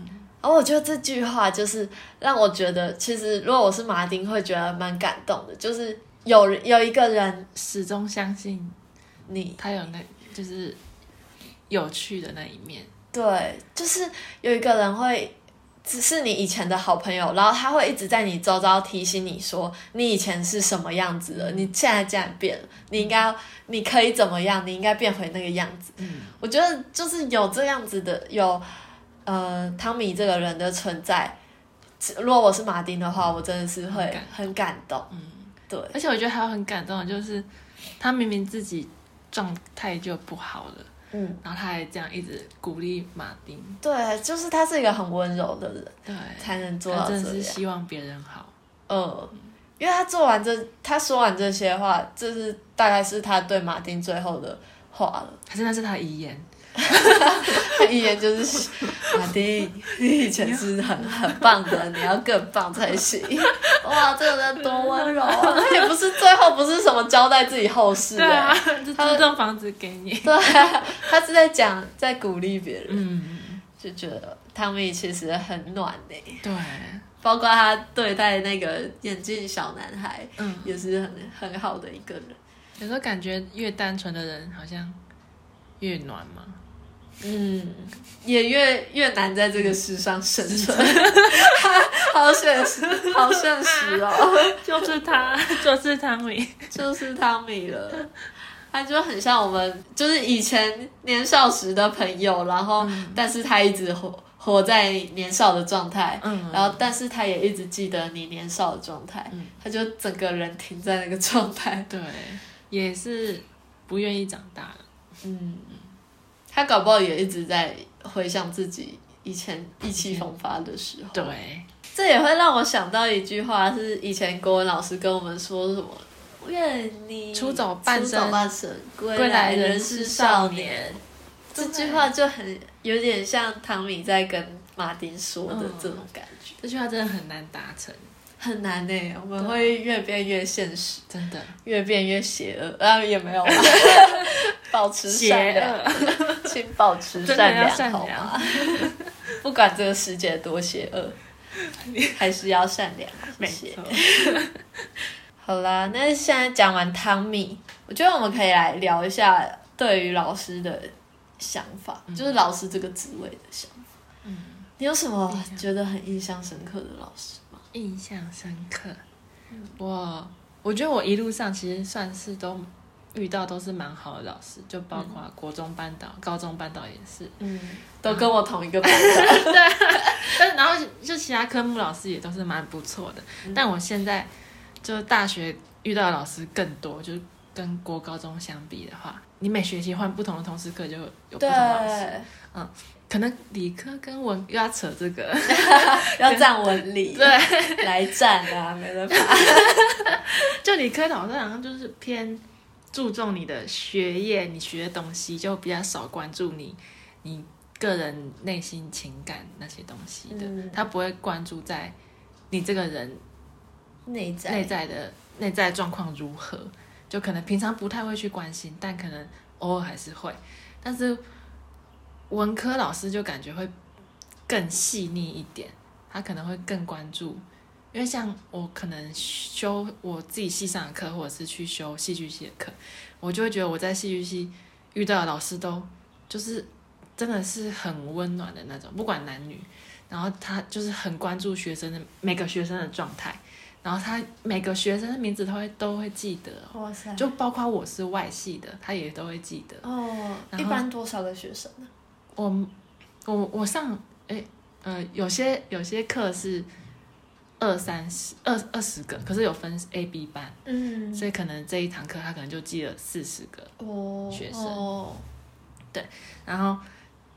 然后我觉得这句话就是让我觉得，其实如果我是马丁，会觉得蛮感动的，就是有人有一个人
始终相信
你。
他有那，就是有趣的那一面，
对，就是有一个人会，只是你以前的好朋友，然后他会一直在你周遭提醒你说，你以前是什么样子的，你现在这样变了，你应该要，你可以怎么样，你应该变回那个样子。
嗯，
我觉得就是有这样子的，有呃汤米这个人的存在，如果我是马丁的话，我真的是
很
会
感
很感动。
嗯，
对，
而且我觉得还有很感动的就是，他明明自己状态就不好了，
嗯，
然后他还这样一直鼓励马丁，
对，就是他是一个很温柔的人，
对，
才能做
他
到这
真的是
样。
希望别人好，
嗯，因为他做完这，他说完这些话，这是大概是他对马丁最后的话了。
可是那是他的遗 言，
他一眼就是 马丁，你以前是很很棒的，你要更棒才 行。哇，这个人多温柔啊！ 他也不是最后不是什么交代自己后事的、
对啊，就租栋房子给你，
对啊他是在讲，在鼓励别人，
嗯，
就觉得汤米其实很暖呢、
对，
包括他对待那个眼镜小男孩，
嗯，
也是很很好的一个人。
有时候感觉越单纯的人好像越暖 嘛，
嗯，也越越难在这个世上 生存，好现实，好现实 哦，
就是他， 就是汤米，
就是汤米了。他就很像我们，就是以前年少时的朋友，然后、
嗯
但是他一直活活在年少的状态，
嗯
然后但是他也一直记得你年少的状态，
嗯
他就整个人停在那个状态，
哎对，也是不愿意长大了，
嗯，他搞不好也一直在回想自己以前意气风发的时候，
对，
这也会让我想到一句话，是以前国文老师跟我们说什么？愿你
出走半生
出走半生归
归
来
来
仍
仍
是
是
少
少
年
年。
这句话就很有点像汤米在跟马丁说的
嗯
这种感觉，
这句话真的很难达成，
很难呢、我们会越变越 现实，
真的
越变越邪恶。啊，也没有啊， 保持善
邪
良，
恶。
请保持
真
善
的要
良，
善
好
良
吗？不管这个世界多邪 恶，还是要善良。啊
没
谢谢
错，
好啦，那现在讲完汤米，我觉得我们可以来聊一下对于老师的想法，就是老师这个职位的想法。嗯，你有什么觉得很印象深刻的老师吗？
印象深刻。嗯我我觉得我一路上其实算是都遇到都是蛮好的老师，就包括国中班导、高中班导也是。
嗯，都跟我同一个班的。
但然后就其他科目老师也都是蛮不错的。但我现在就大学遇到的老师更多，就是跟国高中相比的话，你每学期换不同的通识课就有有不
对
同，老师。可能理科跟文又要扯这个，
要站文 理，
对，
来站啊，没办法。
就理科老师好像就是偏注重你的学业，你学的东西就比较少关注你你个人内心情感那些东西的，
嗯
他不会关注在你这个人
内
内在的内在状况如何，就可能平常不太会去关心，但可能偶尔还是会。但是文科老师就感觉会更细腻一点，他可能会更关注，因为像我可能修我自己系上的课，或者是去修戏剧系的课，我就会觉得我在戏剧系遇到的老师都就是真的是很温暖的那种，不管男女。然后他就是很关注学生的每个学生的状态，然后他每个学生的名字都会都会记得，
哇塞，
就包括我是外系的，他也都会记得。
哦，
然后
一般多少个学生啊呢？
我我我上诶呃有些有些课是二三十二二十个，可是有分 A B 班，
嗯，
所以可能这一堂课他可能就记了四十个。
哦，
学生
哦
然后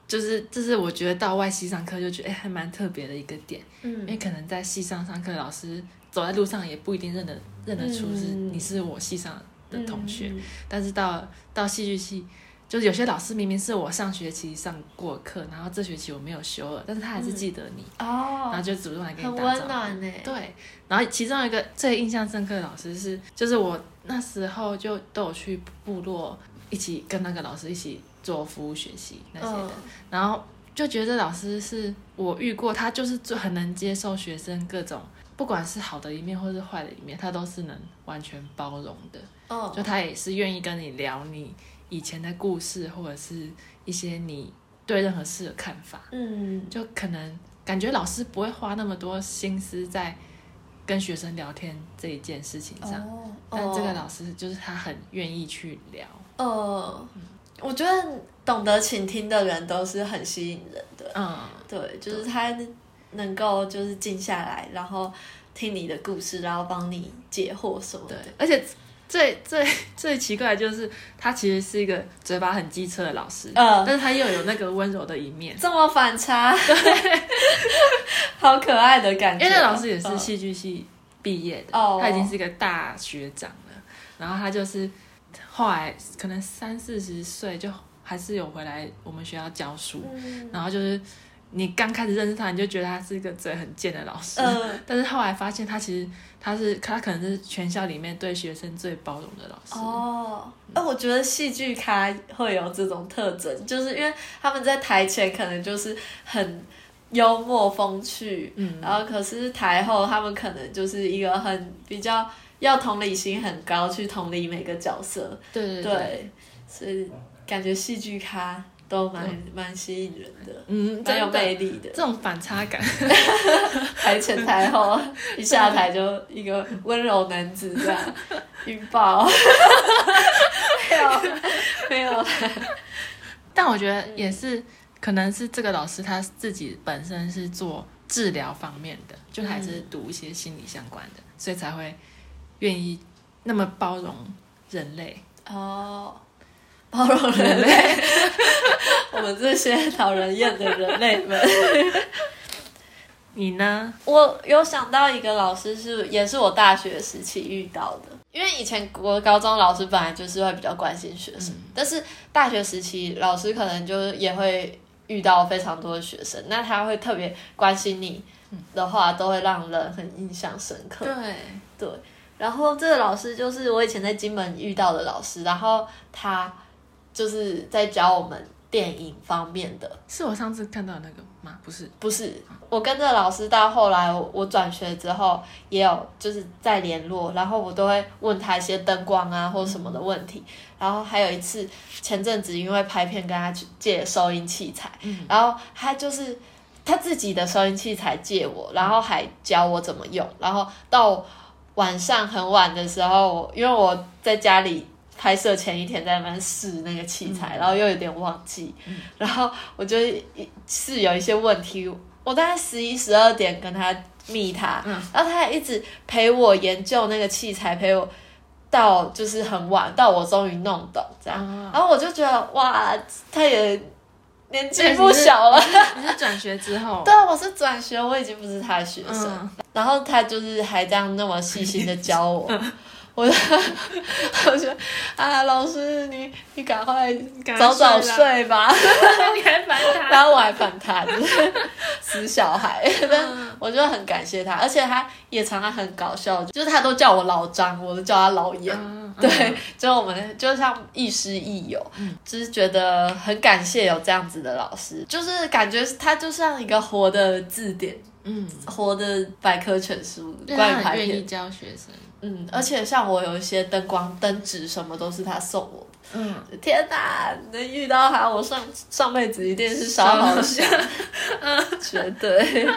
就是这是我觉得到外系上课就觉得诶还蛮特别的一个点，因为
嗯，
可能在系上上课，老师走在路上也不一定认得认得出是
嗯
你是我系上的同学。
嗯，
但是到到戏剧系，就是有些老师明明是我上学期上过课，然后这学期我没有修了，但是他还是记得你，
嗯
然后
哦，
就主动来跟
很
你打
温
招呼。
暖呢。欸
对，然后其中一个最印象深刻的老师是，就是我那时候就都有去部落一起跟那个老师一起做服务学习那些的，
嗯
然后就觉得老师是我遇过，他就是最很能接受学生各种，不管是好的一面或是坏的一面，他都是能完全包容的。
嗯，
就他也是愿意跟你聊你以前的故事，或者是一些你对任何事的看法。
嗯，
就可能感觉老师不会花那么多心思在跟学生聊天这一件事情上，
哦，
但这个老师就是他很愿意去聊。
呃，我觉得懂得倾听的人都是很吸引人的，
嗯，
对，就是他能够就是静下来，然后听你的故事，然后帮你解惑什么
对
的，，
而且最最最奇怪的就是他其实是一个嘴巴很机车的老师，
嗯
但是他又有那个温柔的一面。
这么反差， 好可爱的感觉。嗯
因为那老师也是戏剧系毕业的，
哦
他已经是一个大学长了。然后他就是后来可能三四十岁就还是有回来我们学校教书，
嗯，
然后就是你刚开始认识他，你就觉得他是一个嘴很贱的老师，
嗯
但是后来发现他其实他是他可能是全校里面对学生最包容的老师。
哦，哎，我觉得戏剧咖会有这种特征，就是因为他们在台前可能就是很幽默风趣，
嗯
然后可是台后他们可能就是一个很比较要同理心很高去同理每个角色，
对对对。
对，所以感觉戏剧咖都蛮蛮吸引人的，
嗯，
蛮有
真的
魅力的。
这种反差感，
台前台后， 一下台就一个温柔男子这样拥抱， 没有没有，
但我觉得也是，可能是这个老师他自己本身是做治疗方面的，就还是读一些心理相关的，所以才会愿意那么包容人类。
哦，包容人类， 我们这些讨人厌的人类们。
你呢？
我有想到一个老师是，也是我大学时期遇到的，因为以前国高中老师本来就是会比较关心学生，但是大学时期老师可能就是也会遇到非常多的学生，那他会特别关心你的话，都会让人很印象深刻。
对，
然后这个老师就是我以前在金门遇到的老师，然后他就是在教我们电影方面的。
是我上次看到的那个吗？不是，
不是，我跟这个老师到后来我我转学之后也有就是在联络，然后我都会问他一些灯光啊或什么的问题。然后还有一次前阵子因为拍片跟他去借收音器材，然后他就是他自己的收音器材借我，然后还教我怎么用，然后到晚上很晚的时候，我因为我在家里。拍摄前一天在那边试那个器
嗯
材，然后又有点忘记，然后我就一是有一些问题，我大概十一十二点跟他密他，
嗯
然后他还一直陪我研究那个器材，陪我到就是很晚，到我终于弄懂这样，
啊
然后我就觉得哇，他也年 纪
对
不
你是
小了。
你是转学之后，
对啊，我是转学，我已经不是他的学生，
嗯
然后他就是还这样那么细心的教我。
嗯
我 我说啊，老师，你你赶快
赶快
早早
睡啦
睡吧。
你还 烦他？
然后我还反弹， 就是死小孩，但
嗯
我就很感谢他，而且他也常常很搞笑，就是他都叫我老张，我都叫他老严。
嗯
对，就我们就像亦师亦友，就是觉得很感谢有这样子的老师，就是感觉他就像一个活的字典，
嗯，
活的百科全书，
对
关
他
于
很
拍
愿意
片。
教学生，
嗯，而且像我有一些灯光、灯纸什么都是他送我的
嗯，
天哪，能遇到他，我上上辈子一定是烧好香，绝对。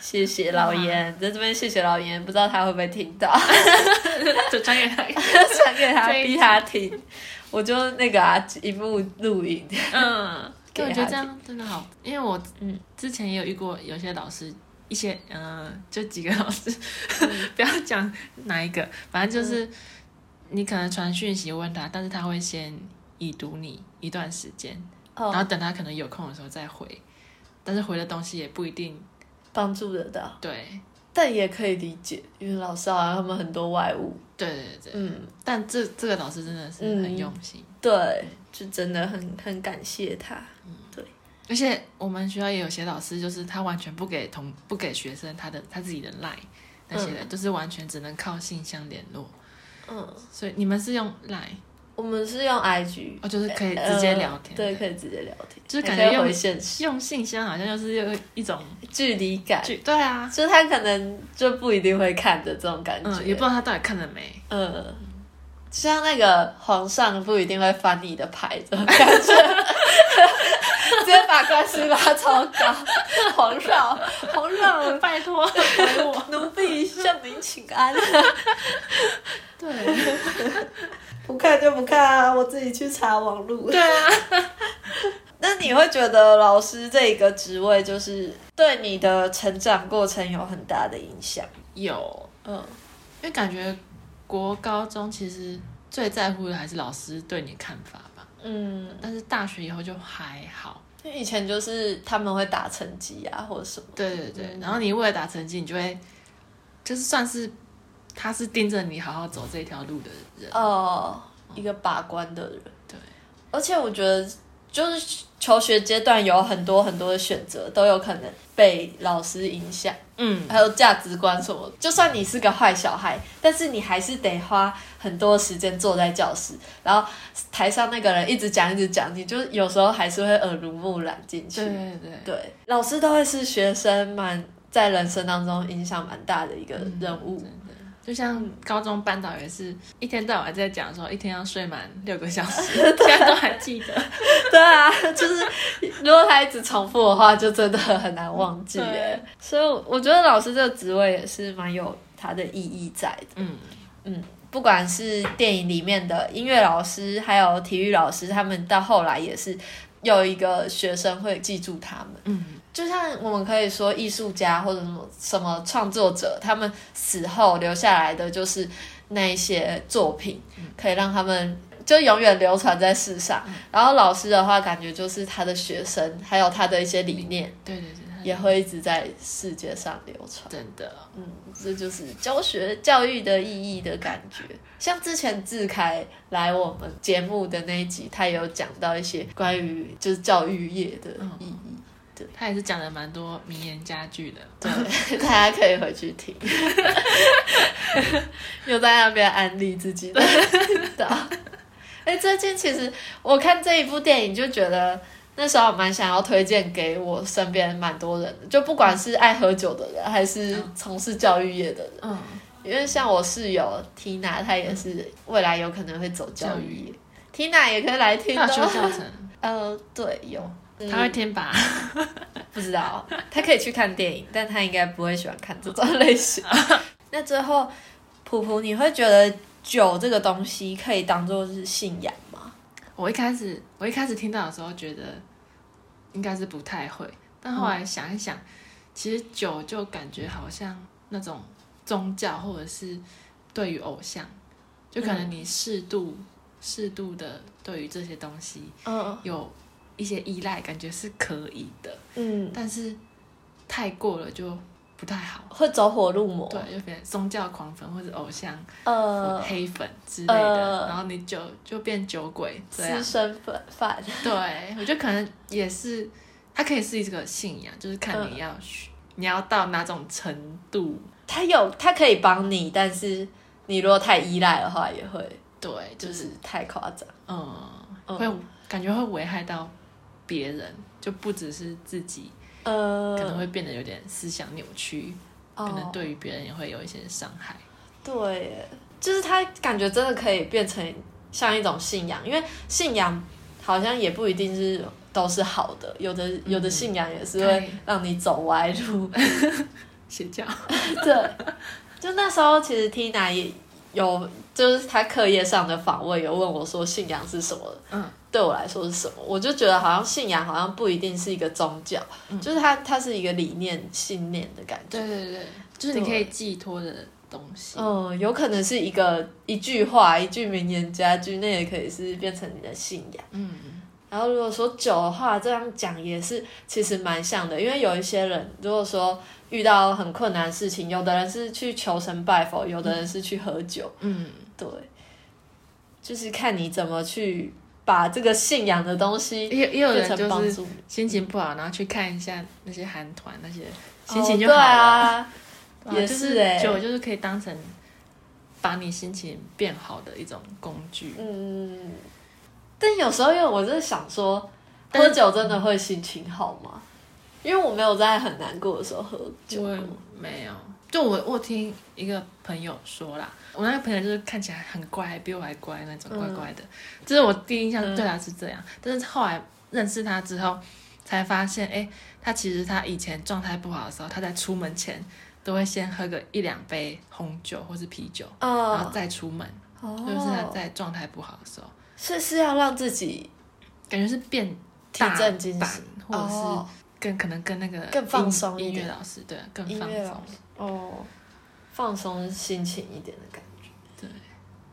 谢谢老严，在这边谢谢老严，不知道他会不会听 到，
就传给他。
传给他，
这一集
逼他听。我就那个啊，一部录影，
嗯，对，我
给他
觉得这
点
样真的好，因为我
嗯
嗯之前也有遇过有些老师，一些嗯、呃就几个老师， 不要讲哪一个，反正就是、你可能传讯息问他，但是他会先已读你一段时间，然
哦，
后等他可能有空的时候再回，但是回的东西也不一定
帮助得到，
对，
但也可以理解，因为老师好像他们很多外务，
对对对，
嗯，
但这这个老师真的是
嗯
很用心，
对，就真的很很感谢他，对，
而且我们学校也有些老师，就是他完全不给同不给学生他的他自己的 line 那些的，就是完全只能靠信箱联络。
嗯，
所以你们是用 line，
我们是用 IG，
哦，就是可以直接聊
呃
天，
对，，可以直接聊天，
就是感
还
觉
可以
用
回现实，
用信箱好像就是有一种
距离感，
距，对啊，
就他可能就不一定会看的这种感觉，
嗯，也不知道他到底看了没，
嗯像那个皇上不一定会翻你的牌这种感觉， 直接把官司拉超高，皇上，皇上，
拜 托回我，
奴婢向您请 安，
对
不看就不看啊，我自己去查网路。
对啊，
那你会觉得老师这个职位就是对你的成长过程有很大的影响？
有，
嗯
因为感觉。国高中其实最在乎的还是老师对你的看法吧，
嗯，
但是大学以后就还好。
因为以前就是他们会打成绩啊，或者什么，
对对对，
嗯
然后你为了打成绩，你就会就是算是他是盯着你好好走这条路的人。
哦，一个把关的人。
对，
而且我觉得就是求学阶段有很多很多的选择，都有可能被老师影响。
嗯，
还有价值观什么。就算你是个坏小孩，但是你还是得花很多时间坐在教室，然后台上那个人一直讲一直讲，你就有时候还是会耳濡目染进去。
对对对。
对老师都会是学生蛮在人生当中影响蛮大的一个
嗯
人物。
就像高中班导也是一天到晚在讲说一天要睡满六个小时，现在都还记得。
对啊， 就是如果他一直重复的话，就真的很难忘记耶
对。
所以我觉得老师这个职位也是蛮有它的意义在的。
嗯，
嗯，不管是电影里面的音乐老师，还有体育老师，他们到后来也是有一个学生会记住他们。
嗯，
就像我们可以说艺术家或者什么什么创作者，他们死后留下来的就是那一些作品，可以让他们。就永远流传在世上。然后老师的话，感觉就是他的学生，还有他的一些理念，
对对对，
也会一直在世界上流传。
真的，
嗯，这就是教学教育的意义的感觉。像之前志凯来我们节目的那一集，他有讲到一些关于就是教育业的意义，
他也是讲了蛮多名言佳句的。
对， 大家可以回去听。 又在那边安利自己的道。哎、最近其实我看这一部电影，就觉得那时候我蛮想要推荐给我身边蛮多人的，就不管是爱喝酒的人，还是从事教育业的人。
嗯，
因为像我室友 Tina，她也是未来有可能会走教育业，Tina 也可以来听
他有修
的。
教程，
呃，对，有，嗯
他会听吧？
不知道，她可以去看电影， 但她应该不会喜欢看这种类型。那最后，普普，你会觉得酒这个东西可以当做是信仰吗？
我一开始我一开始听到的时候觉得应该是不太会，但后来想一想，其实酒就感觉好像那种宗教或者是对于偶像，就可能你适度、适度的对于这些东西
嗯
有一些依赖，感觉是可以的，
嗯，
但是太过了就不太好。
会走火入魔。
对，就变成宗教狂粉或者偶像、
呃，
黑粉之类的，
呃
然后你就就变酒鬼啊这样
私。生饭饭。
对，我觉得可能也是，它可以是一个信仰，就是看你要学，你要到哪种程度。
他有，他可以帮你，但是你如果太依赖的话，也会
对，就
就是是太夸张。
嗯，
嗯
会感觉会危害到别人，就不只是自己，
呃，
可能会变得有点思想扭曲，
哦
可能对于别人也会有一些伤害。
对耶，就是他感觉真的可以变成像一种信仰，因为信仰好像也不一定是都是好的，有的有的信仰也是会
对
让你走歪路。
邪教，
对， 就那时候其实 Tina 也有，就是他课业上的访问有问我说信仰是什么，
嗯，
对我来说是什么？我就觉得好像信仰好像不一定是一个宗教，就是它它是一个理念信念的感觉。
对对对，就是你可以寄托的东西。
嗯，有可能是一个一句话、一句名言佳句，那也可以是变成你的信仰。
嗯，
然后如果说酒的话，这样讲也是其实蛮像的，因为有一些人如果说遇到很困难的事情，有的人是去求神拜佛，有的人是去喝酒，
嗯，
对，就是看你怎么去把这个信仰的东西
也嗯也有
变
人
成帮
就
助哦
是心情不好，然后去看一下那些韩团那些，
哦
心情就好了。
对啊，
对啊
也是哎、
就是酒就是可以当成把你心情变好的一种工具。
嗯，但有时候因为我真的想说，
但
喝
是
酒真的会心情好吗？因为我没有在很难过的时候喝酒过
我没有，就我我听一个朋友说啦，我那个朋友就是看起来很乖，比我还乖那种，
嗯
乖乖的。这是我第一印象
嗯
对他是这样，但是后来认识他之后，才发现，哎、他其实他以前状态不好的时候，他在出门前都会先喝个一两杯红酒或是啤酒，然后
嗯，
再出门，啊就是他
哦，
在状态不好的时候。
是是要让自己
感觉是变
提
大
振精
胆
神，
或者
哦
是更可能跟那个
更放
音
松一
音乐
点
老师对啊更
音
放
乐
松
老。师哦，放松心情一点的感觉。
对，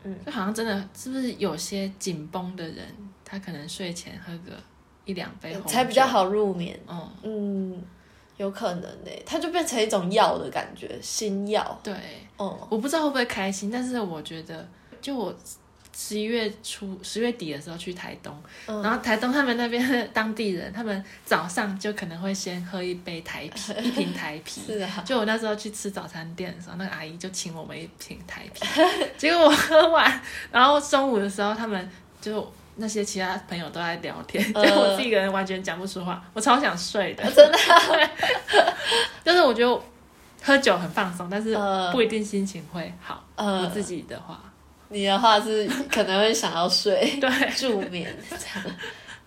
嗯
就好像真的是不是有些紧绷的人，他可能睡前喝个一两杯红酒
呃才比较。好入眠。
嗯，
嗯，有可能呢、它就变成一种药的感觉，新药。
对，
嗯
我不知道会不会开心，但是我觉得，就我十一月初、十月底的时候去台东，
嗯
然后台东他们那边的当地人，他们早上就可能会先喝一杯台 啤，一瓶台啤。
是啊，
就我那时候去吃早餐店的时候，那个阿姨就请我们一瓶台啤， 结果我喝完，然后中午的时候他们就那些其他朋友都在聊天，
嗯
结果我自己一个人完全讲不出话，我超想睡的，
哦真的
对 就是我觉得喝酒很放松，但是
嗯
不一定心情会好。我
呃，
自己的话，
你的话是可能会想要 睡。
对，
助眠这样。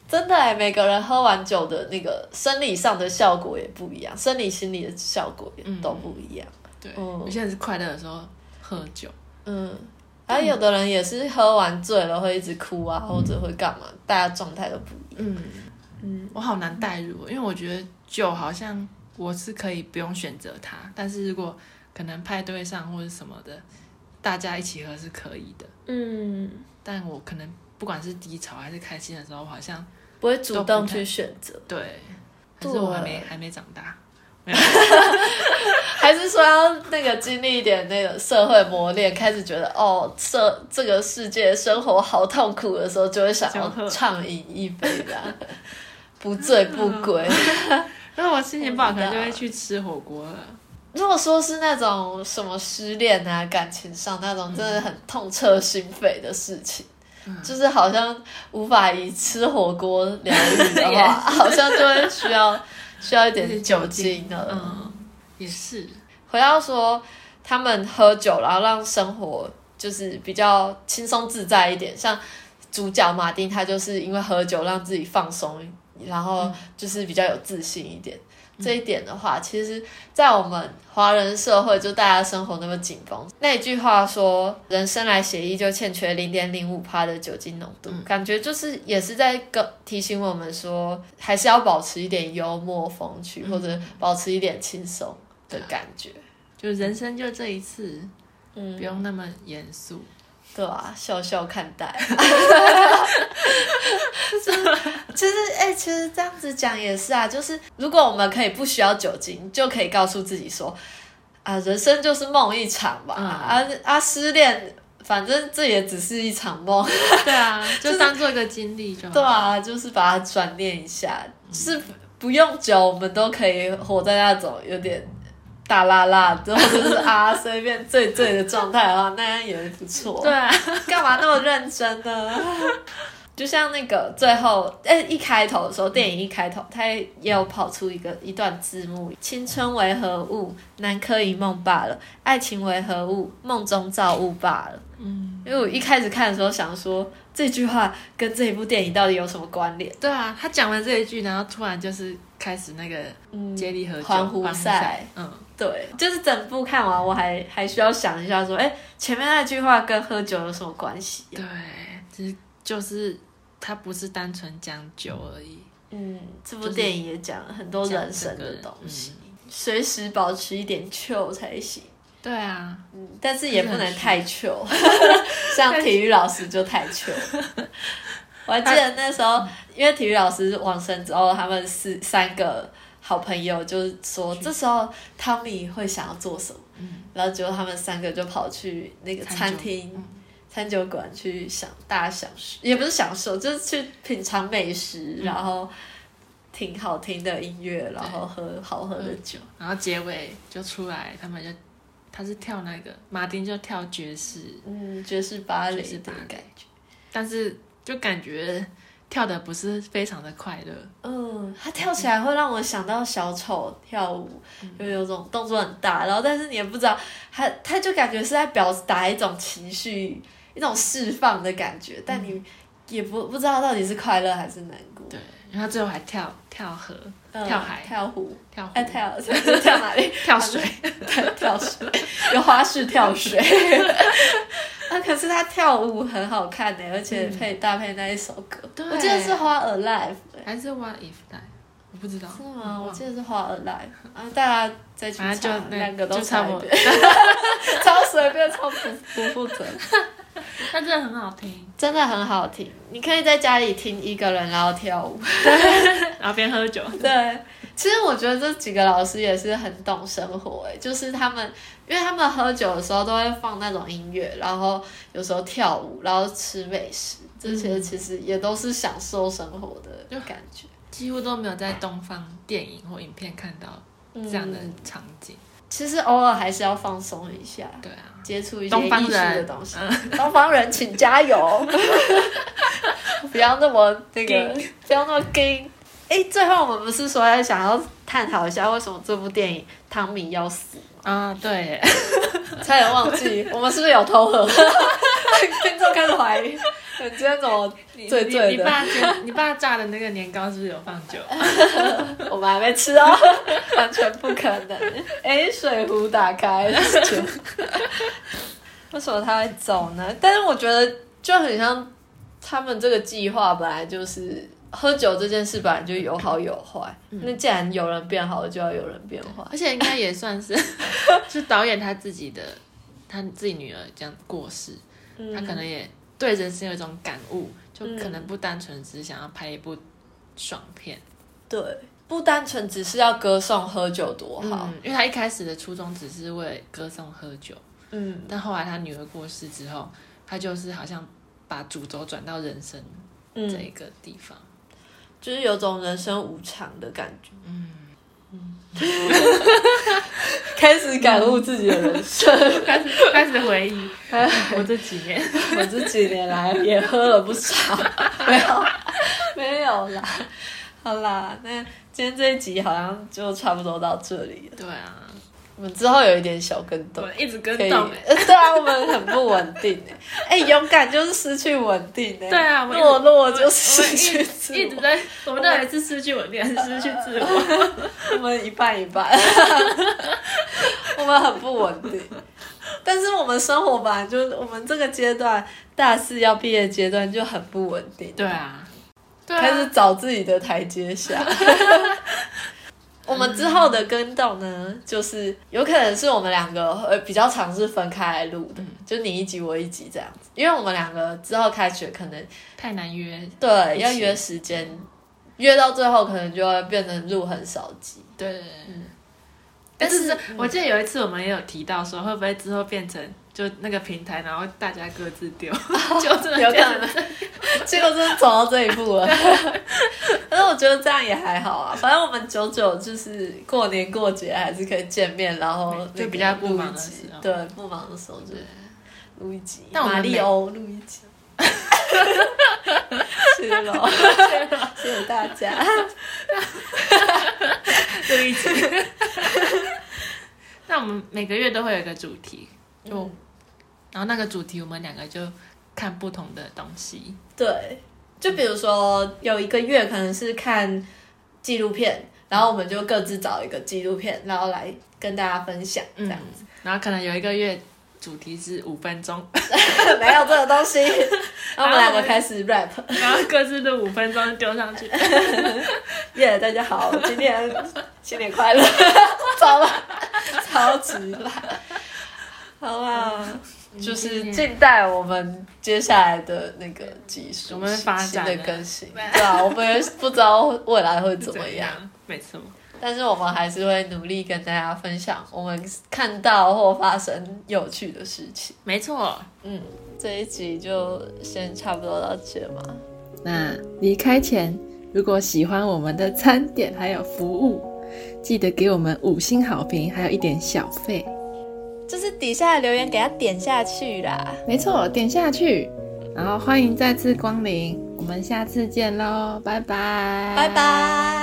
真的哎、每个人喝完酒的那个生理上的效果也不一样，生理心理的效果也都不一样。
对，
嗯
有些人是快乐的时候喝酒，
嗯，然后有的人也是喝完醉了会一直哭啊，或者会干嘛，大家状态都不一样。
嗯
嗯，
我好难代入哦，因为我觉得酒好像我是可以不用选择它，但是如果可能派对上或者什么的，大家一起喝是可以的，
嗯，
但我可能不管是低潮还是开心的时候，我好像
不会主动去选择，
对，还
对
是我还没还没长大，
还是说要那个经历一点那个社会磨练，开始觉得哦，这这个世界生活好痛苦的时候，就会想
就喝
要畅饮一杯这样，不醉不 归。
如果我心情不好，可能就
我
会
知道
去吃火锅了。
如果说是那种什么失恋啊，感情上那种真的很痛彻心扉的事情，
嗯
就是好像无法以吃火锅疗愈的
也是
话，好像就会需要需要一
一些
点
酒
酒
精
精了。
嗯，也是，
回到说他们喝酒，然后让生活就是比较轻松自在一点。像主角马丁，他就是因为喝酒让自己放松，然后就是比较有自信一点。这一点的话，其实，在我们华人社会，就大家生活那么紧绷，那一句话说“人生来协议就欠缺零点零五帕的酒精浓度”，感觉就是也是在跟提醒我们说，还是要保持一点幽默风趣，或者保持一点轻松的感觉。
就人生就这一次，
嗯，
不用那么严肃。
对啊，笑笑看待。 就是，其实，哎、其实这样子讲也是啊。就是，如果我们可以不需要酒精，就可以告诉自己说，啊，人生就是梦一场吧。
嗯
啊啊，失恋，反正这也只是一场梦。
对啊，就当做一个经历就好。
对啊，就是把它转念一下，就是不用酒，我们都可以活在那种有点大辣辣，或者是啊随便醉醉的状态的话，那样也不错。
对啊，
干嘛那么认真呢？ 就像那个最后，哎、一开头的时候，电影一开头，它也有跑出一个一段字幕：青春为何物，南柯一梦罢了；爱情为何物，梦中造物罢了。
嗯，
因为我一开始看的时候想说，这句话跟这一部电影到底有什么关联？
对啊，他讲完这一句，然后突然就是开始那个
嗯，
接力喝酒
欢呼赛，
嗯，
对，就是整部看完，我还还需要想一下，说，哎、前面那句话跟喝酒有什么关系、
对，其实就是他不是单纯讲酒而已，
嗯，这部电影也讲了很多人生的东西
讲，
随、时保持一点 chill 才行。
对啊，
嗯，但是也不能太 chill，像体育老师就太 chill。我还记得那时候，因为体育老师往生之后，他们四三个好朋友就是说，这时候汤米会想要做什么，然后结果他们三个就跑去那个
餐
餐
酒
厅。餐酒馆嗯去享大家享受，也不是享受，就是去品尝美食，然后听好听的音乐，然后喝好喝的酒。
然后结尾就出来，他们就他是跳那个马丁就跳爵士，
嗯，爵士芭蕾
爵士
的
芭蕾
感觉。
但是就感觉跳的不是非常的快乐，
嗯，他跳起来会让我想到小丑跳舞，
嗯
就有种动作很大，然后但是你也不知道，他他就感觉是在表达一种情绪，一种释放的感觉，但你
嗯
也不不知道到底是快乐还是难过。
对，然后最后还跳跳河、
嗯
跳海
跳湖，
跳湖
哎、跳 跳哪里？
跳水，
对跳水，有花式跳水。 啊，可是他跳舞很好看欸呢，而且配搭配那一首歌，
嗯对
我记得是《花 Alive》欸，
还是 What If 来，我不知道，
是
我忘
吗？
了
我记得是《花 Alive》啊，大家再去
反
查
正，就那
两个都
就差不多
多，超随便，超不不负责。
但真的很好听，
真的很好听。你可以在家里听一个人然后跳舞。
然后边喝酒。
对，其实我觉得这几个老师也是很懂生活、欸，就是他们，因为他们喝酒的时候都会放那种音乐，然后有时候跳舞，然后吃美食，这些其实也都是享受生活的感觉。
几乎都没有在东方电影或影片看到这样的场景。
其实偶尔还是要放松一下，
对啊，
接触一些
东
艺
方
术的
人嗯
东西。 东方人，请加 油！不要那么那个，不要那么硬。哎、最后我们不是说要想要探讨一下为什么这部电影汤米要 死？
啊， 对，
差点忘记，我们是不是有偷 喝？听众开始怀疑，你今天怎么
你
醉
你
醉
你
的
爸煎你爸炸的那个年糕是不是有放酒？
我们还没吃哦，完全不可 能。哎，水壶打开，酒 为什么他会走呢？但是我觉得就很像他们这个计划本来就是喝酒这件事本来就有好有坏。那既然有人变好，就要有人变坏。
而且应该也算是， 是导演他自己的，他自己女儿这样过世，
嗯
他可能也对人生有一种感悟，就可能不单纯只是想要拍一部爽片。
对，不单纯只是要歌颂喝酒多好。
嗯，因为他一开始的初衷只是为了歌颂喝酒，
嗯
但后来他女儿过世之后，他就是好像把主轴转到人生
嗯
这一个地方。
就是有种人生无常的感觉。嗯 开始感悟自己的人生。
开始开始回 忆我这几年，
我这几年来也喝了不少， 没有没有啦。好啦，那今天这一集好像就差不多到这里了。
对啊，
我们之后有一点小跟
我
动，
们一直跟
可以。
动欸
呃 对啊，我们很不稳定 哎、哎、勇敢就是失去稳定哎、
对啊，我一直
懦弱就
我
是
我一
失去自
一直
我。
在，我们到底是失去稳定还是失去自我？
我们一半一半， 我们很不稳定。但是我们生活本来就，我们这个阶段大四要毕业阶段就很不稳定，
对啊， 对
开始找自己的台阶下。 我们之后的跟动呢，就是有可能是我们两个呃比较尝试分开来录的，就你一集我一集这样子，因为我们两个之后开学可能
太难约。
对要约时间，约到最后可能就会变成录很少集。
对对对。对嗯但是嗯我记得有一次我们也有提到说，会不会之后变成就那个平台，然后大家各自丢， 就真的
有可
变
能
成
结果真的走到这一步了。 但是我觉得这样也还好啊，反正我们久久就是过年过节还是可以见面，然后那个
就比较不忙的
录一集
时候
对，不忙的时候就录一集。
但我们
马里
每
欧录一集。谢 谢喽，谢谢大家。
这一集。 那我们每个月都会有一个主题，就、
嗯
然后那个主题我们两个就看不同的东西。
对，就比如说有一个月可能是看纪录片，然后我们就各自找一个纪录片，然后来跟大家分享
嗯
这样。
然后可能有一个月主题是五分钟，
没有这个东西。然后我们两个开始 rap，
然后各自录五分钟丢上 去。
耶大家好，今天新年快乐， 糟了，超级烂，好啦，
嗯
就是静待我们接下来的那个技术，
我们发展啊
新的更 新，对啊，我们也不知道未来会怎么样，？
没错，
但是我们还是会努力跟大家分享我们看到或发生有趣的事情。
没错。
嗯，这一集就先差不多到这嘛。
那离开前，如果喜欢我们的餐点还有服务，记得给我们五星好评，还有一点小费。
就是底下的留言给他点下去啦，
没错，点下去，然后欢迎再次光临，我们下次见喽，拜拜，
拜拜。